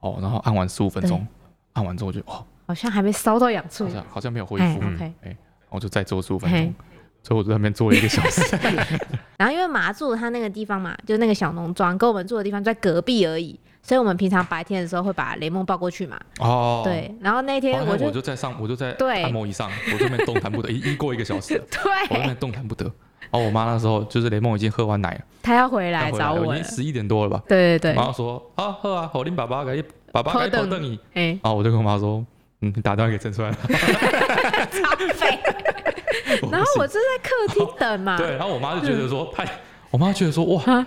Speaker 2: 哦，然后按完十五分钟
Speaker 1: 对，
Speaker 2: 按完之后我就哦，
Speaker 1: 好像还没烧到痒处
Speaker 2: 好。像嗯好像没有恢
Speaker 1: 哎
Speaker 2: 复，然
Speaker 1: ，OK。
Speaker 2: 后就再做十五分钟
Speaker 1: 嘿，
Speaker 2: 所以我就在那边坐了一个小 时。
Speaker 1: 然后因为麻住它那个地方嘛，就那个小农庄，跟我们住的地方在隔壁而已，所以我们平常白天的时候会把雷蒙抱过去嘛。
Speaker 2: 哦，
Speaker 1: 对，然后那
Speaker 2: 哦，
Speaker 1: 天
Speaker 2: 然后
Speaker 1: 我
Speaker 2: 我
Speaker 1: 就
Speaker 2: 就在上，我就在
Speaker 1: 对
Speaker 2: 按摩椅上，我这边动弹不得，一一过一个 小时了，我这
Speaker 1: 对，
Speaker 2: 边动弹不得。哦，我妈那时候就是雷梦已经喝完奶了，
Speaker 1: 他要回
Speaker 2: 她
Speaker 1: 来
Speaker 2: 回
Speaker 1: 找
Speaker 2: 了
Speaker 1: 我
Speaker 2: 已
Speaker 1: 了
Speaker 2: 经。十一点多了吧。
Speaker 1: 对对
Speaker 2: 然
Speaker 1: 对，
Speaker 2: 后说啊喝啊，好，你爸爸给爸爸
Speaker 1: 抱
Speaker 2: 给你抱
Speaker 1: 凳
Speaker 2: 凳椅。
Speaker 1: 哎，
Speaker 2: 然后我就跟我妈说，嗯，你打电话给 陈川。
Speaker 1: 超 肥。
Speaker 2: 不
Speaker 1: 然后嗯
Speaker 2: 行
Speaker 1: 我就在客厅等嘛。
Speaker 2: 对，然后我妈就觉得说，太，我妈觉得说，哇
Speaker 1: 啊，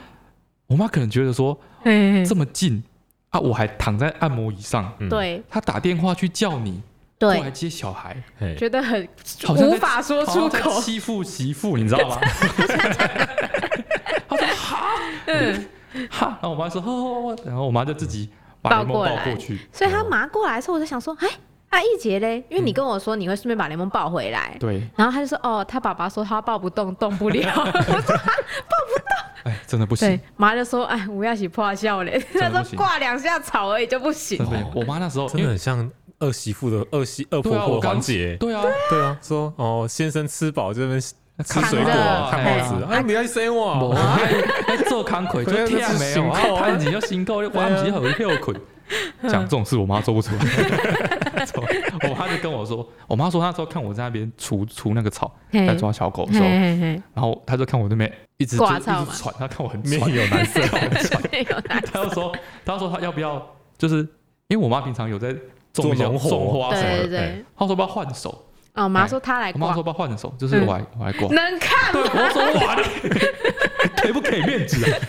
Speaker 2: 我妈可能觉得说，
Speaker 1: 嘿，嘿
Speaker 2: 这么近啊，我还躺在按摩椅上，
Speaker 3: 嗯，
Speaker 1: 对
Speaker 2: 他打电话去叫你过
Speaker 1: 对
Speaker 2: 来，接小孩，
Speaker 3: 哎
Speaker 1: 觉得很
Speaker 2: 好像在
Speaker 1: 无法说
Speaker 2: 好像
Speaker 1: 出
Speaker 2: 在
Speaker 1: 口。
Speaker 2: 欺负媳妇，你知道吗？ 他说哈
Speaker 1: 嗯，
Speaker 2: 哈，然后我妈说哦，然后我妈就自己把
Speaker 1: 抱
Speaker 2: 雷蒙
Speaker 1: 过
Speaker 2: 抱
Speaker 1: 来
Speaker 2: 过去，
Speaker 1: 所以他麻过来的时候，我就想
Speaker 2: 嗯
Speaker 1: 说，哎，啊一杰嘞，因为你跟我说你会顺便把联盟抱回来，
Speaker 2: 对，
Speaker 1: 然后他就说，哦，他爸爸说他抱不动，动不了。 我说
Speaker 2: 哎，真的不行
Speaker 1: 对，，麻就说，哎，我要起破笑 嘞，
Speaker 2: 的
Speaker 1: 他
Speaker 2: 不
Speaker 1: 说
Speaker 2: 行
Speaker 1: 挂两下草而已就不行
Speaker 2: 真。的，我妈那时候
Speaker 3: 哦真
Speaker 2: 因为
Speaker 3: 的很像二媳妇的二媳二婆
Speaker 2: 对啊，我
Speaker 3: 婆的
Speaker 2: 刚
Speaker 3: 环节，
Speaker 2: 对啊，
Speaker 3: 对啊，说哦先生吃饱这边吃
Speaker 2: 看
Speaker 3: 水果
Speaker 1: 着
Speaker 3: 看报纸，
Speaker 2: 哎
Speaker 3: 啊你爱生
Speaker 2: 无
Speaker 3: 我，
Speaker 2: 在做工 课，做忝没有，啊，趁钱就辛苦，你晚唔是好休 困。讲这种事，我妈做不出来。我妈就跟我说，我妈说那时候看我在那边除除那个草，
Speaker 1: 嘿
Speaker 2: 在抓小狗的
Speaker 1: 嘿
Speaker 2: 时候，
Speaker 1: 嘿嘿
Speaker 2: 然后她就看我那边一直就
Speaker 1: 挂
Speaker 2: 一直
Speaker 1: 草嘛
Speaker 2: 喘，她看我很
Speaker 3: 面
Speaker 2: 喘，
Speaker 3: 有 难色，
Speaker 1: 嘿，有啦
Speaker 2: 她就说，她说她要不要，就是因为我妈平常有在种
Speaker 3: 做
Speaker 2: 一些
Speaker 3: 农活
Speaker 2: 种花什
Speaker 1: 对
Speaker 2: 么
Speaker 1: 对
Speaker 2: 的，
Speaker 1: 对，
Speaker 2: 她说要不要换手，
Speaker 1: 哦，麻说他来
Speaker 2: 哎我妈
Speaker 1: 挂嗯
Speaker 2: 说，要不要换手，就是我来我来挂。
Speaker 1: 能看
Speaker 2: 对，我说哇， 你给不给面子啊？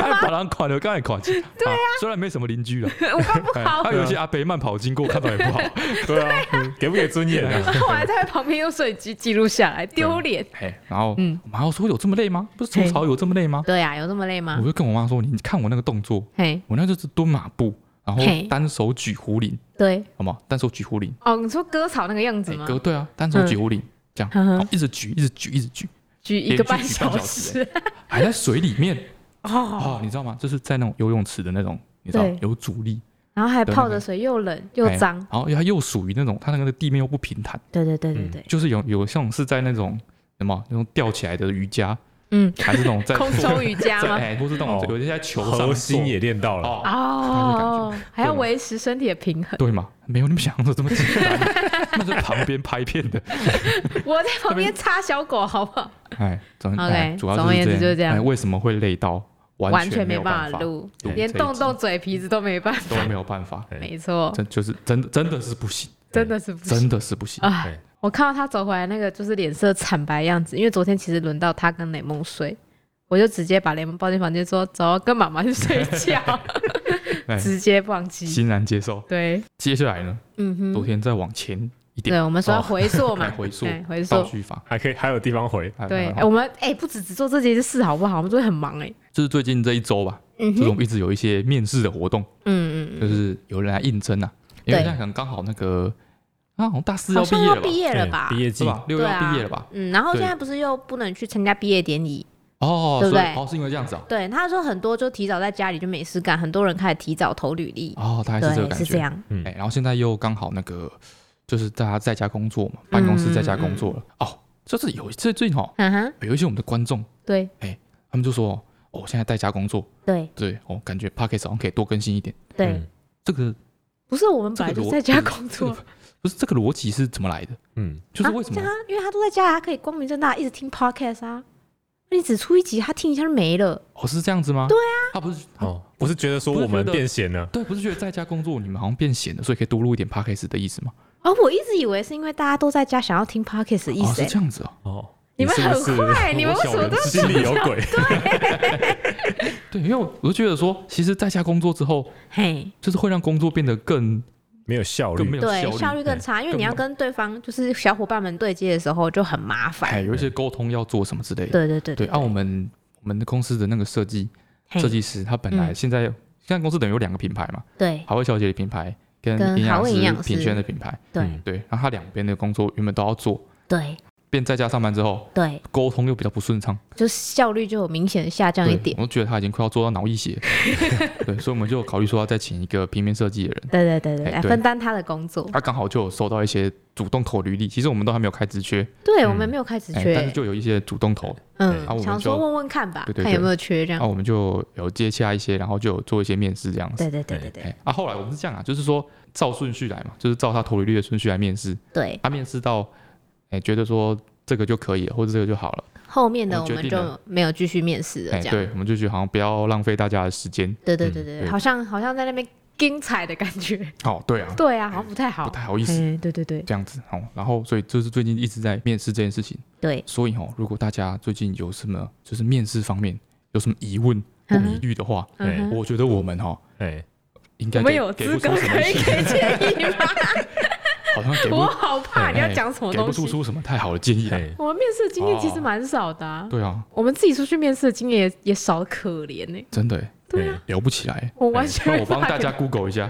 Speaker 2: 哎，把人垮了，刚才垮起。对啊，虽然没什么邻居了，
Speaker 1: 我挂不
Speaker 2: 哎
Speaker 1: 好，
Speaker 2: 他有一些阿伯慢跑经过，看到也不好。
Speaker 3: 对啊，嗯给不给尊严啊？
Speaker 1: 后来在旁边用手机记录下来，丢脸。
Speaker 2: 哎，然后
Speaker 1: 嗯
Speaker 2: 我妈说有这么累吗？不是除草有这么累吗？
Speaker 1: 对啊，有这么累吗
Speaker 2: 我？就跟我妈说，你看我那个动作，
Speaker 1: 嘿，
Speaker 2: 我那就是蹲马步，然后
Speaker 1: 嘿
Speaker 2: 单手举壶铃，
Speaker 1: 对，
Speaker 2: 好吗？单手举壶铃，
Speaker 1: 哦，你说割草那个样子
Speaker 2: 哎
Speaker 1: 吗？
Speaker 2: 哥，对啊，单手举壶铃，这样，
Speaker 1: 呵呵
Speaker 2: 然后一直举，一直举，一直举，
Speaker 1: 举一
Speaker 2: 连续
Speaker 1: 个
Speaker 2: 举
Speaker 1: 半
Speaker 2: 半
Speaker 1: 小
Speaker 2: 小时
Speaker 1: 时。欸
Speaker 2: 还在水里面
Speaker 1: 哦，
Speaker 2: 啊，你知道吗？就是在那种游泳池的那种，你知道
Speaker 1: 对
Speaker 2: 有阻力，
Speaker 1: 然后还
Speaker 2: 对
Speaker 1: 泡
Speaker 2: 那个
Speaker 1: 着水，又冷又
Speaker 2: 哎
Speaker 1: 脏。
Speaker 2: 然后它又属于那种，它那个地面又不平坦，
Speaker 1: 对对对对
Speaker 3: 嗯
Speaker 1: 对，
Speaker 2: 就是有有像是在那种什么那种吊起来的瑜伽，
Speaker 1: 嗯，
Speaker 2: 还是那种在
Speaker 1: 空中瑜伽
Speaker 2: 在
Speaker 1: 吗？
Speaker 2: 哎，不是那种
Speaker 3: 哦
Speaker 2: 有些在球上
Speaker 3: 核心
Speaker 2: 做
Speaker 3: 也练到了，
Speaker 2: 哦，
Speaker 1: 哦，还要
Speaker 2: 对吗
Speaker 1: 维持身体的平衡。
Speaker 2: 对嘛？没有你们想的这么简 单，那是旁边拍片的。
Speaker 1: 我在旁边擦小狗，好不好？
Speaker 2: 哎，总
Speaker 1: OK，
Speaker 2: 哎主要
Speaker 1: 总而言之
Speaker 2: 是
Speaker 1: 就是这样
Speaker 2: 哎，为什么会累到
Speaker 1: 完
Speaker 2: 全
Speaker 1: 全
Speaker 2: 没有
Speaker 1: 办
Speaker 2: 法
Speaker 1: 法录，
Speaker 2: 对
Speaker 1: 连
Speaker 2: 这一
Speaker 1: 动
Speaker 2: 集
Speaker 1: 动嘴皮子都没办法。
Speaker 2: 都没有办法，
Speaker 3: 对
Speaker 1: 没错，
Speaker 2: 真就是真的真的是不行，
Speaker 1: 真的是不行
Speaker 2: 真。的是不行。
Speaker 1: 啊
Speaker 3: 对！
Speaker 1: 我看到他走回来那个就是脸色惨白样子，因为昨天其实轮到他跟雷梦睡，我就直接把雷梦抱进房间说：“走，跟妈妈去睡觉。
Speaker 2: 哎”，
Speaker 1: 直接忘记。
Speaker 2: 欣然接受。
Speaker 1: 对，
Speaker 2: 接下来呢，
Speaker 1: 嗯
Speaker 2: 昨
Speaker 1: 哼，
Speaker 2: 天再往前一点，
Speaker 1: 对，我们说要回溯嘛，
Speaker 2: 来 回溯
Speaker 1: 对回
Speaker 2: 倒
Speaker 1: 溯。
Speaker 2: 叙法。
Speaker 3: 还可以还有地方回，
Speaker 2: 哎
Speaker 1: 对，
Speaker 2: 蛮
Speaker 1: 哎
Speaker 2: 好
Speaker 1: 我们哎不止只做这件事好不好？我们昨天很忙哎。
Speaker 2: 就是最近这一周吧，
Speaker 1: 嗯
Speaker 2: 就是我
Speaker 1: 哼，
Speaker 2: 们一直有一些面试的活动，
Speaker 1: 嗯嗯
Speaker 2: 就
Speaker 1: 嗯，
Speaker 2: 是有人来应征啊，因为
Speaker 1: 对
Speaker 2: 现在可能刚好那个啊，好像大四
Speaker 1: 好
Speaker 2: 要毕
Speaker 1: 像
Speaker 2: 业
Speaker 1: 要
Speaker 2: 了吧
Speaker 1: 毕，业了吧？
Speaker 3: 对毕业
Speaker 2: 是
Speaker 3: 季
Speaker 2: 吧？六
Speaker 1: 对
Speaker 2: 要
Speaker 1: 啊
Speaker 2: 毕业了吧？
Speaker 1: 嗯，然后
Speaker 2: 对
Speaker 1: 现在不是又不能去参加毕业典礼？
Speaker 2: 哦，
Speaker 1: 对不
Speaker 2: 所以
Speaker 1: 对
Speaker 2: 哦，是因为这样子啊，
Speaker 1: 对，他说很多就提早在家里就没事干，很多人开始提早投履历。
Speaker 2: 哦，大概是这
Speaker 1: 对，
Speaker 2: 个感
Speaker 1: 是
Speaker 2: 觉，
Speaker 1: 这样。
Speaker 2: 哎、然后现在又刚好那个，就是大家在家工作嘛，办公室在家工作了。哦，就是有最最近哦，
Speaker 1: 嗯哼，
Speaker 2: 有一些我们的观众，
Speaker 1: 对
Speaker 2: 他们就说，哦，我现在在家工作，
Speaker 1: 对
Speaker 2: 对，哦，感觉 p o c k e t 好像可以多更新一点。
Speaker 1: 对。
Speaker 3: 嗯
Speaker 2: 这个
Speaker 1: 不是我们
Speaker 2: 这
Speaker 1: 本
Speaker 2: 个
Speaker 1: 来就
Speaker 2: 逻
Speaker 1: 在家工作，
Speaker 2: 这个 不是这个逻辑是怎么来的？
Speaker 3: 嗯，
Speaker 2: 就是为什么？
Speaker 1: 啊、这样啊因为他都在家，他可以光明正大一直听 podcast 啊。那你只出一集，他听一下就没了。
Speaker 2: 哦，是这样子吗？对啊，他不是他
Speaker 3: 哦，不是觉得说
Speaker 2: 不是
Speaker 3: 我们
Speaker 2: 觉得
Speaker 3: 变闲了，
Speaker 2: 对，不是觉得在家工作你们好像变闲了，所以可以多录一点 p o c k e t 的意思吗？
Speaker 1: 而、啊我一直以为是因为大家都在家，想要听 podcast 的意
Speaker 2: 哦，
Speaker 1: 思、
Speaker 2: 是
Speaker 1: 欸
Speaker 2: 这样子哦。
Speaker 3: 哦，
Speaker 1: 你们
Speaker 3: 是不是
Speaker 1: 很坏你们为什么都
Speaker 3: 心里有 鬼？
Speaker 2: 对，因为我就觉得说，其实在家工作之后，
Speaker 1: 嘿，
Speaker 2: 就是会让工作变得更
Speaker 3: 没有效
Speaker 2: 更
Speaker 3: 率
Speaker 2: 没，有
Speaker 1: 对，效
Speaker 2: 效率。
Speaker 1: 率更差，因为
Speaker 2: 更
Speaker 1: 你要跟对方就是小伙伴们对接的时候就很麻
Speaker 2: 哎，
Speaker 1: 烦。
Speaker 2: 有一些沟通要做什么之类的。
Speaker 1: 对对对
Speaker 2: 对，啊，我们我们的公司的那个设计
Speaker 1: 嘿
Speaker 2: 设计师，他本来
Speaker 1: 嗯
Speaker 2: 现在、现在公司等于有两个品牌嘛，
Speaker 1: 对
Speaker 2: 好味小姐的品牌跟
Speaker 1: 跟
Speaker 2: 营
Speaker 1: 好
Speaker 2: 养
Speaker 1: 味营
Speaker 2: 师
Speaker 1: 养师
Speaker 2: 品轩的品牌，
Speaker 1: 对
Speaker 3: 嗯
Speaker 2: 对，然后他两边的工作原本都要做，
Speaker 1: 对
Speaker 2: 变在家上班之后，
Speaker 1: 对，
Speaker 2: 沟通又比较不顺畅，
Speaker 1: 就效率就有明显的下降一
Speaker 2: 对，
Speaker 1: 点。
Speaker 2: 我觉得他已经快要做到脑溢血， 对，所以我们就考虑说要再请一个平面设计的人，
Speaker 1: 对对对对，
Speaker 2: 哎
Speaker 1: 来
Speaker 2: 对
Speaker 1: 分担他的工作。
Speaker 2: 他刚好就有收到一些主动投履历，其实我们都还没有开职缺，
Speaker 1: 对我们没有开始
Speaker 2: 哎
Speaker 1: 缺，
Speaker 2: 但是就有一些主动投，啊我
Speaker 1: 嗯，
Speaker 2: 们
Speaker 1: 想
Speaker 2: 就
Speaker 1: 说问问看吧
Speaker 2: 对，对
Speaker 1: 看有
Speaker 2: 对
Speaker 1: 没有缺这样
Speaker 2: 然后。我们就有接洽一些，然后就有做一些面试这样子。
Speaker 1: 对对对对对
Speaker 2: 哎，啊，后来我们是这样啊，就是说照顺序来嘛，就是照他投履历的顺序来面试。
Speaker 1: 对，
Speaker 2: 他、面试到，哎、觉得说这个就可以了，或者这个就好了。
Speaker 1: 后面的
Speaker 2: 我
Speaker 1: 我
Speaker 2: 决
Speaker 1: 们
Speaker 2: 定
Speaker 1: 就
Speaker 2: 了
Speaker 1: 没有继续面试了，
Speaker 2: 哎、
Speaker 1: 这样。
Speaker 2: 对，我们就觉得好像不要浪费大家的时间。
Speaker 1: 对对
Speaker 3: 嗯
Speaker 1: 对对对，
Speaker 2: 对
Speaker 1: 好像好像在那边精彩的感觉。
Speaker 2: 哦，对啊，
Speaker 1: 对啊，好像不太好
Speaker 2: 不。太好意思、
Speaker 1: 嗯，对对对
Speaker 2: 这样子哦。然后，所以就是最近一直在面试这件事情。
Speaker 1: 对，
Speaker 2: 所以哦，如果大家最近有什么就是面试方面有什么疑问或
Speaker 1: 嗯哼
Speaker 2: 疑虑的话，
Speaker 1: 嗯哼
Speaker 2: 我觉得我们哦
Speaker 3: 哎，
Speaker 2: 应该
Speaker 1: 我们
Speaker 2: 给
Speaker 1: 有
Speaker 2: 给
Speaker 1: 资
Speaker 2: 不
Speaker 1: 格
Speaker 2: 出什么
Speaker 1: 可以
Speaker 2: 信
Speaker 1: 给建议吗？
Speaker 2: 好像给不
Speaker 1: 我好怕你要
Speaker 2: 哎
Speaker 1: 讲什么
Speaker 2: 给
Speaker 1: 东
Speaker 2: 不出哦
Speaker 1: 西。
Speaker 2: 出什么太好的建议来。
Speaker 3: 哎，
Speaker 1: 我们面试的经验其实蛮少的啊，
Speaker 2: 对啊，
Speaker 1: 我们自己出去面试的经验也也少得可怜呢。
Speaker 2: 真的耶 欸
Speaker 1: 对啊，
Speaker 2: 聊不 起来。
Speaker 1: 我完
Speaker 2: 哎那
Speaker 1: 全
Speaker 2: 我
Speaker 1: 无法
Speaker 2: 帮大家
Speaker 1: 跟
Speaker 2: Google 一下。